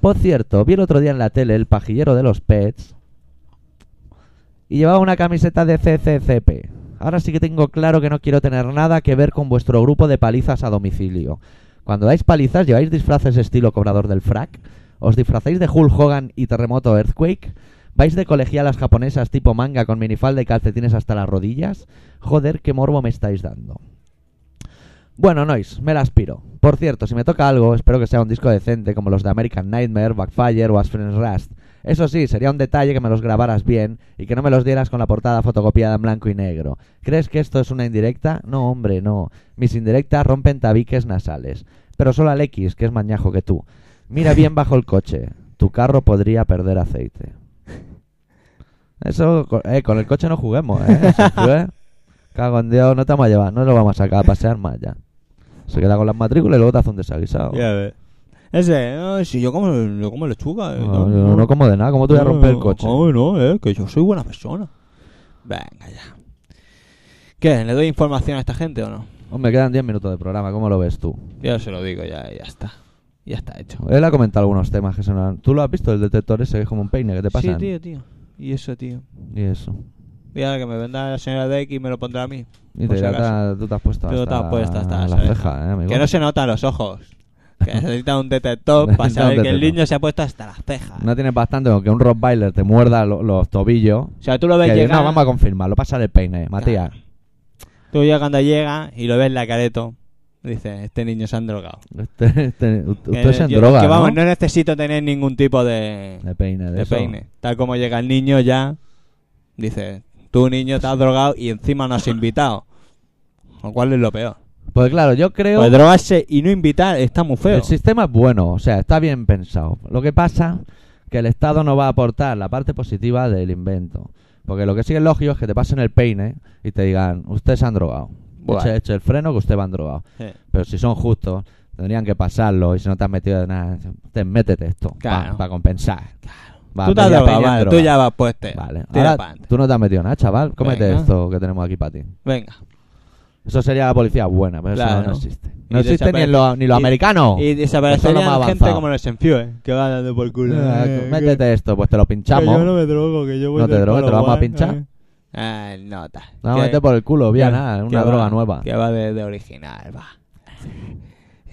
[SPEAKER 2] Por cierto, vi el otro día en la tele el pajillero de los pets y llevaba una camiseta de CCCP. Ahora sí que tengo claro que no quiero tener nada que ver con vuestro grupo de palizas a domicilio. Cuando dais palizas, ¿lleváis disfraces estilo cobrador del frac? ¿Os disfrazáis de Hulk Hogan y terremoto Earthquake? ¿Vais de colegialas japonesas tipo manga con minifalda y calcetines hasta las rodillas? Joder, qué morbo me estáis dando. Bueno, Nois, me la aspiro. Por cierto, si me toca algo, espero que sea un disco decente como los de American Nightmare, Backfire o As Friends Rust. Eso sí, sería un detalle que me los grabaras bien y que no me los dieras con la portada fotocopiada en blanco y negro. ¿Crees que esto es una indirecta? No, hombre, no. Mis indirectas rompen tabiques nasales. Pero solo al X, que es mañajo que tú. Mira bien bajo el coche. Tu carro podría perder aceite. Eso, co- eh, con el coche no juguemos, ¿eh? Sergio, ¿eh? Cago en Dios, no te vamos a llevar, no lo vamos a sacar a pasear más ya. Se queda con las matrículas y luego te hace un desaguisado.
[SPEAKER 1] Ya ves. Ese, no, si yo como, yo como lechuga. eh,
[SPEAKER 2] No, yo no como de nada, ¿cómo te voy a romper el coche?
[SPEAKER 1] Ay, no, eh, que yo soy buena persona. Venga ya. ¿Qué? ¿Le doy información a esta gente o no?
[SPEAKER 2] Hombre, quedan 10 minutos de programa, ¿cómo lo ves tú?
[SPEAKER 1] Yo se lo digo, ya, ya está. Ya está hecho.
[SPEAKER 2] Él ha comentado algunos temas que se nos han... ¿Tú lo has visto, el detector ese que es como un peine que te
[SPEAKER 1] Sí,
[SPEAKER 2] pasan?
[SPEAKER 1] tío, tío. Y eso, tío.
[SPEAKER 2] Y eso.
[SPEAKER 1] Y ahora que me venda la señora de X y me lo pondrá a mí.
[SPEAKER 2] Y
[SPEAKER 1] por
[SPEAKER 2] te
[SPEAKER 1] si
[SPEAKER 2] dirá,
[SPEAKER 1] acaso.
[SPEAKER 2] "Ta- tú te has puesto
[SPEAKER 1] Tú
[SPEAKER 2] hasta,
[SPEAKER 1] te has puesto hasta las
[SPEAKER 2] la
[SPEAKER 1] orejas".
[SPEAKER 2] ceja, ¿eh, amigo?
[SPEAKER 1] Que no se notan los ojos. Que necesita un detector para
[SPEAKER 2] Necesita un
[SPEAKER 1] saber que el
[SPEAKER 2] detector.
[SPEAKER 1] niño se ha puesto hasta las cejas.
[SPEAKER 2] No tienes bastante con que un rottweiler te muerda lo- los tobillos.
[SPEAKER 1] O sea, tú lo ves
[SPEAKER 2] Que,
[SPEAKER 1] llegar.
[SPEAKER 2] no, vamos a confirmarlo, pasar el peine, Matías.
[SPEAKER 1] Tú ya cuando llega y lo ves la careto, dices, este niño se han drogado.
[SPEAKER 2] Este, este, u-
[SPEAKER 1] Que
[SPEAKER 2] usted se
[SPEAKER 1] yo-
[SPEAKER 2] droga,
[SPEAKER 1] que
[SPEAKER 2] ¿no?
[SPEAKER 1] vamos, ¿no? necesito tener ningún tipo de,
[SPEAKER 2] De peine, de,
[SPEAKER 1] de
[SPEAKER 2] eso.
[SPEAKER 1] peine. Tal como llega el niño ya, dice, tú niño te has drogado y encima no has invitado. Lo cual es lo peor.
[SPEAKER 2] Pues claro, yo creo
[SPEAKER 1] Pues drogarse y no invitar está muy
[SPEAKER 2] que
[SPEAKER 1] feo.
[SPEAKER 2] el sistema es bueno, o sea, está bien pensado. Lo que pasa que el Estado no va a aportar la parte positiva del invento. Porque lo que sí es lógico es que te pasen el peine y te digan, ustedes se han drogado.
[SPEAKER 1] Buah.
[SPEAKER 2] Eche, eche el freno que ustedes van drogados.
[SPEAKER 1] Eh,
[SPEAKER 2] Pero si son justos, tendrían que pasarlo. Y si no te has metido de nada, te métete esto.
[SPEAKER 1] Claro.
[SPEAKER 2] Para compensar. Va,
[SPEAKER 1] tú te has
[SPEAKER 2] media
[SPEAKER 1] drogado,
[SPEAKER 2] peña
[SPEAKER 1] vale, tú
[SPEAKER 2] drogada.
[SPEAKER 1] ya vas puesto.
[SPEAKER 2] Vale.
[SPEAKER 1] Tira
[SPEAKER 2] Ahora,
[SPEAKER 1] pa' adelante.
[SPEAKER 2] tú no te has metido nada, chaval. Cómete
[SPEAKER 1] Venga.
[SPEAKER 2] esto que tenemos aquí para ti.
[SPEAKER 1] Venga.
[SPEAKER 2] Eso sería la policía buena, pero eso
[SPEAKER 1] Claro.
[SPEAKER 2] no, no existe.
[SPEAKER 1] Y
[SPEAKER 2] No existe ni,
[SPEAKER 1] desaparece-
[SPEAKER 2] en lo, ni lo
[SPEAKER 1] y-
[SPEAKER 2] americano.
[SPEAKER 1] Y
[SPEAKER 2] Oh. Eso es lo
[SPEAKER 1] desaparecerían
[SPEAKER 2] más
[SPEAKER 1] gente
[SPEAKER 2] avanzado.
[SPEAKER 1] como los Enfue, que va dando por culo.
[SPEAKER 2] Ah,
[SPEAKER 1] Eh, que-
[SPEAKER 2] métete esto, pues te lo
[SPEAKER 1] que
[SPEAKER 2] pinchamos.
[SPEAKER 1] yo no me drogo, que yo voy
[SPEAKER 2] No te
[SPEAKER 1] del
[SPEAKER 2] drogues, te lo vamos a
[SPEAKER 1] Paraguay,
[SPEAKER 2] pinchar.
[SPEAKER 1] eh. Ah, nota.
[SPEAKER 2] No,
[SPEAKER 1] Que-
[SPEAKER 2] mete por el culo, vía
[SPEAKER 1] que-
[SPEAKER 2] nada,
[SPEAKER 1] que
[SPEAKER 2] una
[SPEAKER 1] va-
[SPEAKER 2] droga nueva.
[SPEAKER 1] Que va de, de original, va.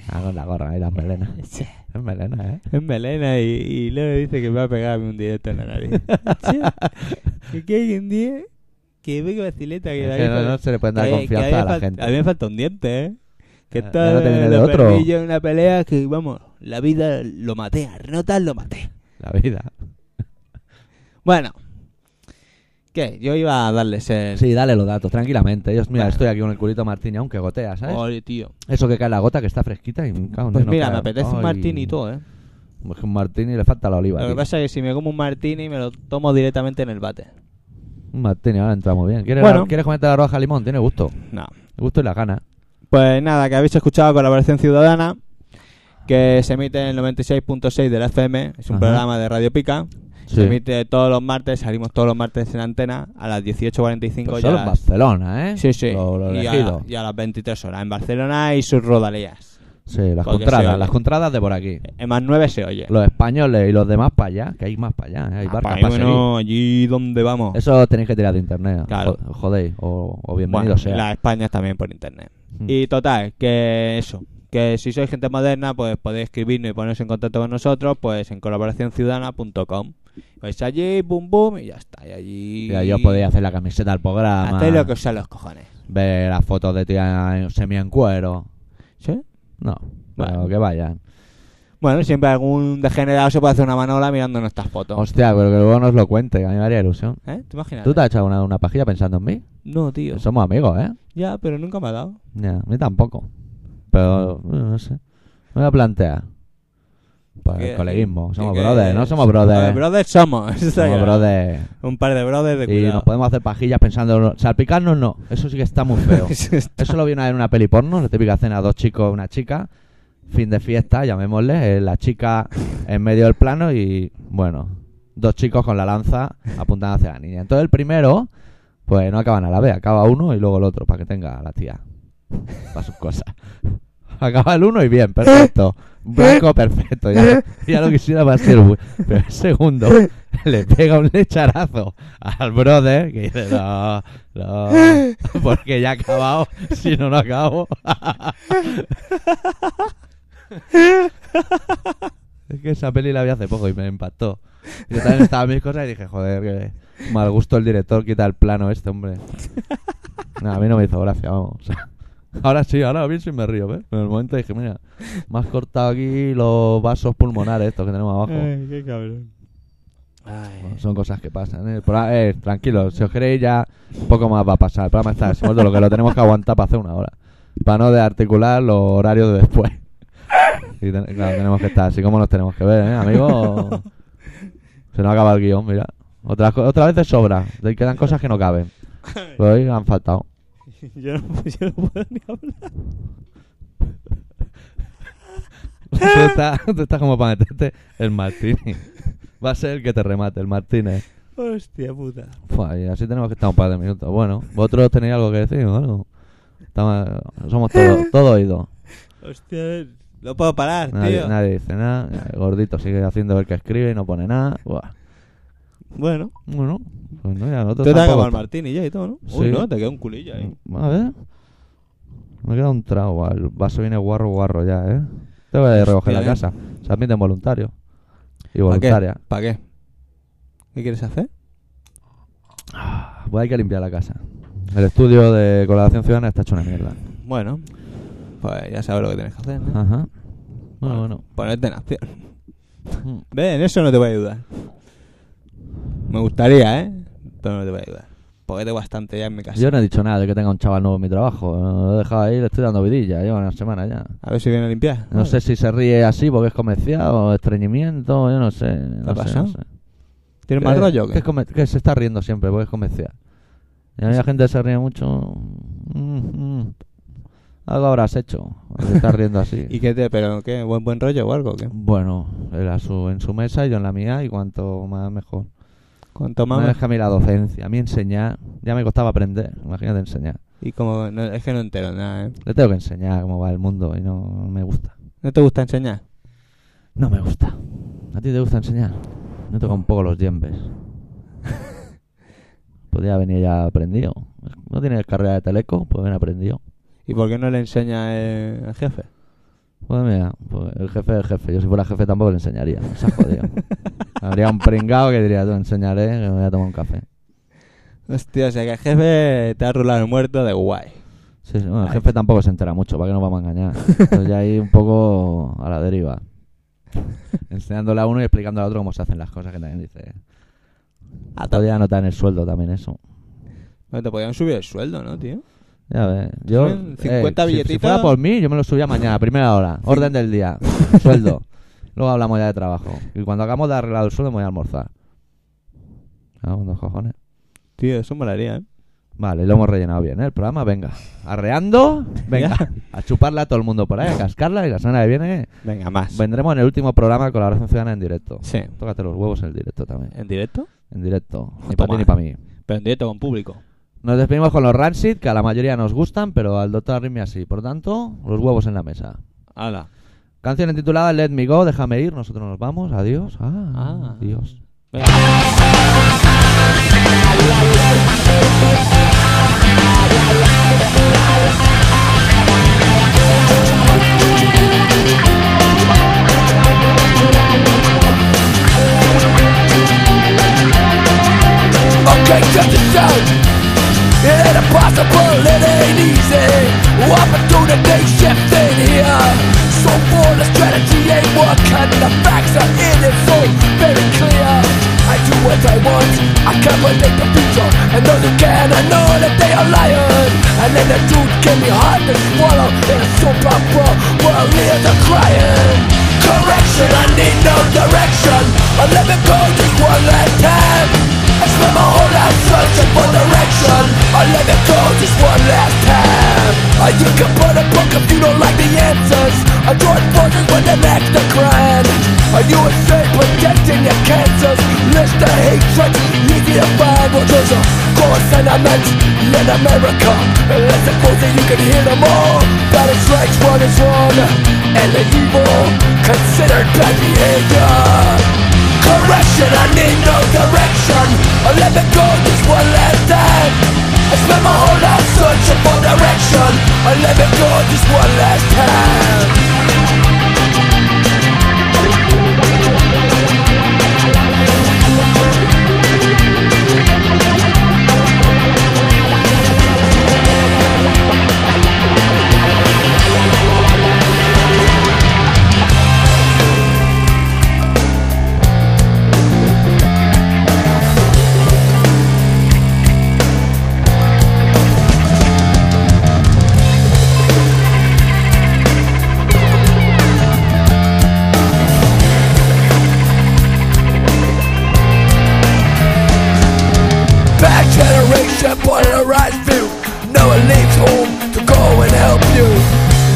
[SPEAKER 2] Ah, con la gorra y las melenas. Es melena, ¿eh?
[SPEAKER 1] Es melena y, y luego dice que me va a pegarme un directo en la nariz. Sí, que que hay un día que veo que vacileta que,
[SPEAKER 2] Es
[SPEAKER 1] la
[SPEAKER 2] que no,
[SPEAKER 1] vieja-
[SPEAKER 2] no se le puede dar
[SPEAKER 1] que-
[SPEAKER 2] confianza
[SPEAKER 1] que
[SPEAKER 2] a
[SPEAKER 1] mí
[SPEAKER 2] la
[SPEAKER 1] me fal-
[SPEAKER 2] gente. Ah,
[SPEAKER 1] A mí me falta un diente, ¿eh? Que
[SPEAKER 2] Ya-
[SPEAKER 1] esto
[SPEAKER 2] ya no te viene
[SPEAKER 1] lo
[SPEAKER 2] de otro.
[SPEAKER 1] perdí yo en una pelea que, vamos, la vida lo maté, a Renata lo maté.
[SPEAKER 2] La vida.
[SPEAKER 1] Bueno, ¿qué? Yo iba a darles el...
[SPEAKER 2] Sí, dale los datos, tranquilamente. Ellos, mira,
[SPEAKER 1] Bueno.
[SPEAKER 2] estoy aquí con el culito martini, aunque gotea, ¿sabes?
[SPEAKER 1] Oye, tío.
[SPEAKER 2] Eso que cae la gota, que está fresquita y me cago en
[SPEAKER 1] Pues
[SPEAKER 2] Dios, no
[SPEAKER 1] mira,
[SPEAKER 2] cae.
[SPEAKER 1] me apetece un
[SPEAKER 2] Ay.
[SPEAKER 1] martini y todo, ¿eh?
[SPEAKER 2] Es que un martini le falta la oliva.
[SPEAKER 1] Lo que
[SPEAKER 2] tío.
[SPEAKER 1] pasa es que si me como un martini me lo tomo directamente en el bate.
[SPEAKER 2] Un martini, ahora entramos bien. ¿Quieres,
[SPEAKER 1] Bueno.
[SPEAKER 2] la- ¿quieres comerte la roja limón? Tiene gusto.
[SPEAKER 1] No.
[SPEAKER 2] El gusto y la gana.
[SPEAKER 1] Pues nada, que habéis escuchado Colaboración Ciudadana, que se emite en el 96.6 de la FM, es un
[SPEAKER 2] Ajá.
[SPEAKER 1] programa de Radio Pica.
[SPEAKER 2] Sí.
[SPEAKER 1] Se emite todos los martes, salimos todos los martes en antena a las 18.45
[SPEAKER 2] Pues
[SPEAKER 1] y a
[SPEAKER 2] solo en
[SPEAKER 1] las-
[SPEAKER 2] Barcelona, ¿eh?
[SPEAKER 1] Sí, sí.
[SPEAKER 2] Lo, lo
[SPEAKER 1] y, a,
[SPEAKER 2] elegido.
[SPEAKER 1] y a las 23 horas en Barcelona y sus rodalías.
[SPEAKER 2] Sí, las
[SPEAKER 1] Porque se
[SPEAKER 2] contradas,
[SPEAKER 1] oye.
[SPEAKER 2] las contradas de por aquí.
[SPEAKER 1] En más 9 se oye.
[SPEAKER 2] Los españoles y los demás para allá, que hay más para allá. ¿eh? Hay
[SPEAKER 1] Ah,
[SPEAKER 2] barcas
[SPEAKER 1] pa' ahí,
[SPEAKER 2] para seguir.
[SPEAKER 1] bueno, allí donde vamos.
[SPEAKER 2] Eso tenéis que tirar de internet. ¿eh?
[SPEAKER 1] Claro.
[SPEAKER 2] Jo- Jodéis, o, o bienvenido
[SPEAKER 1] Bueno,
[SPEAKER 2] sea.
[SPEAKER 1] la España también por internet.
[SPEAKER 2] Mm.
[SPEAKER 1] Y total, que eso. Que si sois gente moderna, pues podéis escribirnos y poneros en contacto con nosotros, pues en colaboracionciudadana.com. Vais allí, boom, boom, y ya está. Y allí.
[SPEAKER 2] Y ahí os podéis hacer la camiseta al programa.
[SPEAKER 1] Hacéis lo que os sale los cojones.
[SPEAKER 2] Ver las fotos de tía en- semi en cuero.
[SPEAKER 1] ¿Sí?
[SPEAKER 2] No,
[SPEAKER 1] Bueno.
[SPEAKER 2] pero que vayan.
[SPEAKER 1] Bueno, siempre algún degenerado se puede hacer una manola mirando nuestras fotos.
[SPEAKER 2] Hostia, pero que luego nos lo cuente, que a mí me haría ilusión.
[SPEAKER 1] ¿Eh? ¿Te imaginas?
[SPEAKER 2] ¿Tú te has echado una, una pajilla pensando en mí?
[SPEAKER 1] No, tío.
[SPEAKER 2] Somos amigos, ¿eh?
[SPEAKER 1] Ya, pero nunca me ha dado.
[SPEAKER 2] Ya, a mí tampoco. Pero, eh, no sé. Me voy a plantear. Pues
[SPEAKER 1] ¿Qué?
[SPEAKER 2] el coleguismo. Somos
[SPEAKER 1] ¿Qué?
[SPEAKER 2] brothers, ¿no? Somos
[SPEAKER 1] Somos
[SPEAKER 2] brothers.
[SPEAKER 1] brothers somos. Está
[SPEAKER 2] Somos
[SPEAKER 1] claro.
[SPEAKER 2] brothers.
[SPEAKER 1] Un par de brothers de
[SPEAKER 2] Y
[SPEAKER 1] cuidado.
[SPEAKER 2] nos podemos hacer pajillas pensando... Salpicarnos no. Eso sí que está muy feo. Eso lo vi una vez en una peli porno, la típica cena, dos chicos, una chica, fin de fiesta, llamémosle, eh, la chica en medio del plano y, bueno, dos chicos con la lanza apuntando hacia la niña. Entonces el primero, pues no acaban a la vez, acaba uno y luego el otro, para que tenga a la tía, para sus cosas. Acaba el uno y bien, perfecto. Blanco, perfecto. Ya, ya lo quisiera para ser bu- Pero el segundo le pega un lecharazo al brother que dice, no, no, porque ya ha acabado, si no, no acabo. es que esa peli la vi hace poco y me impactó. Yo también estaba en mis cosas y dije, joder, que mal gusto el director quita el plano este, hombre. No, a mí no me hizo gracia, vamos. O sea, ahora sí, ahora bien sí me río, ¿ves? En el momento dije, mira, me has cortado aquí los vasos pulmonares estos que tenemos abajo.
[SPEAKER 1] Ay, qué cabrón. Ay.
[SPEAKER 2] Bueno, son cosas que pasan. ¿eh? El programa- eh, tranquilo, si os queréis ya poco más va a pasar. El programa está desenvuelto, lo que lo tenemos que aguantar para hacer una hora. Para no de articular los horarios de después. Y ten- claro, tenemos que estar así como nos tenemos que ver, ¿eh, amigo? Se nos acaba el guión, mira. Otra, co- otra vez de sobra. Le quedan cosas que no caben. Pero hoy han faltado.
[SPEAKER 1] Yo no, yo no puedo ni hablar.
[SPEAKER 2] Tú estás, tú estás como para meterte el Martini. Va a ser el que te remate, el Martínez.
[SPEAKER 1] Hostia puta.
[SPEAKER 2] Fua, y así tenemos que estar un par de minutos. Bueno, vosotros tenéis algo que decir, o algo? Estamos- somos todos todo oídos.
[SPEAKER 1] Hostia, no puedo parar,
[SPEAKER 2] Nadie,
[SPEAKER 1] tío.
[SPEAKER 2] nadie dice nada. El gordito sigue haciendo el que escribe y no pone nada. Buah.
[SPEAKER 1] Bueno,
[SPEAKER 2] Bueno, pues no, ya nosotros
[SPEAKER 1] tú te has
[SPEAKER 2] tampoco-
[SPEAKER 1] acabado el martini ya y todo, ¿no?
[SPEAKER 2] Sí.
[SPEAKER 1] Uy, no, te queda un culillo ahí.
[SPEAKER 2] A ver. Me queda un trago. Buah, El vaso viene guarro, guarro ya, ¿eh? Te voy a recoger la
[SPEAKER 1] Hostia,
[SPEAKER 2] casa. Se admiten voluntarios. Y
[SPEAKER 1] ¿Para Pues qué?
[SPEAKER 2] voluntaria.
[SPEAKER 1] ¿Para qué? ¿Qué quieres hacer?
[SPEAKER 2] Pues hay que limpiar la casa. El estudio de colaboración ciudadana está hecho una mierda.
[SPEAKER 1] Bueno, pues ya sabes lo que tienes que hacer, ¿no?
[SPEAKER 2] Ajá. Bueno, bueno.
[SPEAKER 1] Ponerte en acción.
[SPEAKER 2] Hmm.
[SPEAKER 1] Ve, en eso no te voy a ayudar. Me gustaría, ¿eh? Pero no te voy a ayudar. Porque tengo bastante ya en mi casa.
[SPEAKER 2] Yo no he dicho nada de que tenga un chaval nuevo en mi trabajo. Lo he dejado ahí, le estoy dando vidilla. Lleva una semana ya.
[SPEAKER 1] A ver si viene a limpiar.
[SPEAKER 2] No sé si se ríe así porque es comercial o estreñimiento. Yo no sé. No
[SPEAKER 1] ha
[SPEAKER 2] sé,
[SPEAKER 1] pasado?
[SPEAKER 2] no sé.
[SPEAKER 1] ¿Tiene mal
[SPEAKER 2] Que-
[SPEAKER 1] rollo o
[SPEAKER 2] Que,
[SPEAKER 1] qué?
[SPEAKER 2] es come- que se está riendo siempre porque es comercial. Y a mí la gente que se ríe mucho. mm, mm, algo habrás hecho. porque Te estás riendo así.
[SPEAKER 1] ¿Y qué te, pero qué? ¿Buen, buen rollo o algo? o qué?
[SPEAKER 2] Bueno, él a su, en su mesa y yo en la mía. Y cuanto más mejor.
[SPEAKER 1] Cuanto
[SPEAKER 2] No
[SPEAKER 1] más.
[SPEAKER 2] es que a mí la docencia. A mí enseñar. Ya me costaba aprender. Imagínate enseñar.
[SPEAKER 1] Y como. no- es que no entero nada, ¿eh?
[SPEAKER 2] Le tengo que enseñar cómo va el mundo y no me gusta.
[SPEAKER 1] ¿No te gusta enseñar?
[SPEAKER 2] No me gusta. ¿A ti te gusta enseñar? Me toca un poco los dientes. Podría venir ya aprendido. ¿No tienes carrera de teleco? Pues ven aprendido.
[SPEAKER 1] ¿Y por qué no le enseña eh, al jefe?
[SPEAKER 2] Pues mira, pues el jefe es el jefe. Yo si fuera jefe tampoco le enseñaría. Se ha jodido. Habría un pringado que diría, tú enseñaré que me voy a tomar un café.
[SPEAKER 7] Hostia, o sea que el jefe te ha rulado el muerto de guay.
[SPEAKER 2] Sí, sí, bueno, el jefe tampoco se entera mucho, ¿para qué nos vamos a engañar? Entonces ya ahí un poco a la deriva. Enseñándole a uno y explicándole al otro cómo se hacen las cosas, que también dice. A todavía no te dan el sueldo también eso.
[SPEAKER 7] Bueno, te podían subir el sueldo, ¿no, tío?
[SPEAKER 2] Ya ves, yo... eh,
[SPEAKER 7] Suben 50
[SPEAKER 2] si- Si,
[SPEAKER 7] billetitos.
[SPEAKER 2] fuera por mí, yo me lo subía mañana, a primera hora. Orden del día, sueldo. Luego hablamos ya de trabajo. Y cuando hagamos de arreglado el sueldo me voy a almorzar. Ah, con dos cojones.
[SPEAKER 7] Tío, eso molaría, ¿eh?
[SPEAKER 2] Vale, lo hemos rellenado bien, ¿eh? El programa, venga. Arreando, venga. A chuparla a todo el mundo por ahí, a cascarla y la semana que viene ¿eh?
[SPEAKER 7] Venga, más.
[SPEAKER 2] vendremos en el último programa de Colaboración Ciudadana en directo.
[SPEAKER 7] Sí.
[SPEAKER 2] Tócate los huevos en el directo también.
[SPEAKER 7] ¿En directo?
[SPEAKER 2] En directo. Ni
[SPEAKER 7] Joder,
[SPEAKER 2] para ti
[SPEAKER 7] madre.
[SPEAKER 2] ni para mí.
[SPEAKER 7] Pero en directo con público.
[SPEAKER 2] Nos despedimos con los Rancid, que a la mayoría nos gustan, pero al Doctor Arritmia sí. Por tanto, los huevos en la mesa.
[SPEAKER 7] Hala.
[SPEAKER 2] Canción intitulada Let Me Go, déjame ir, nosotros nos vamos, adiós. Ah,
[SPEAKER 7] Ah.
[SPEAKER 2] adiós.
[SPEAKER 10] Okay, cut it down. It ain't impossible, it ain't easy. Opportunity shifting here. So for the strategy ain't working. The facts are in it so very clear. I do what I want. I can't predict the future. And those who can, I know that they are lying. And then the truth can be hard to swallow. In a soap opera where leaders are crying. Correction, I need no direction. I let me go just one last time. I spent my whole life searching for direction I let it go just one last time Oh, You can burn a book if you don't like the answers I join forces with the next to grind Are you insane protecting your cancers? List of hatred, easy to find Well, there's a core sentiment in America And let's suppose that you can hear them all That is right, what is wrong And the evil considered bad behavior Correction, I need no direction I let it go just one last time I spent my whole life searching for direction I let it go just one last time Bad generation polarized view No one leaves home to go and help you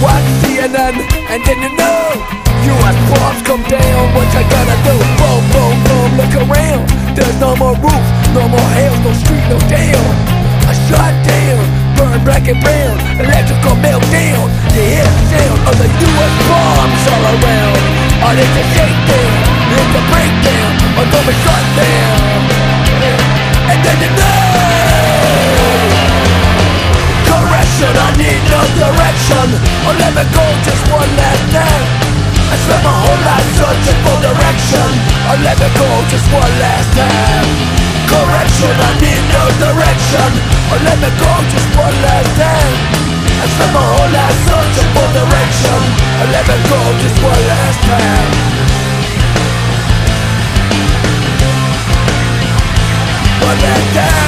[SPEAKER 10] Watch CNN and then you know US bombs come down, what you gonna do? Boom, boom, boom, look around There's no more roof, no more hills, no street, no town I shut down, burn black and brown Electrical meltdown, you hear the sound of the US bombs all around Oh, it's a shakedown, it's a breakdown, a government shutdown and then you know Correction, I need no direction I'll let me go just one last night I spent my whole life searching for direction I'll let me go just one last time Correction, I need no direction I'll let me go just one last time I spent my whole life searching for direction I'll let me go just one last time One last time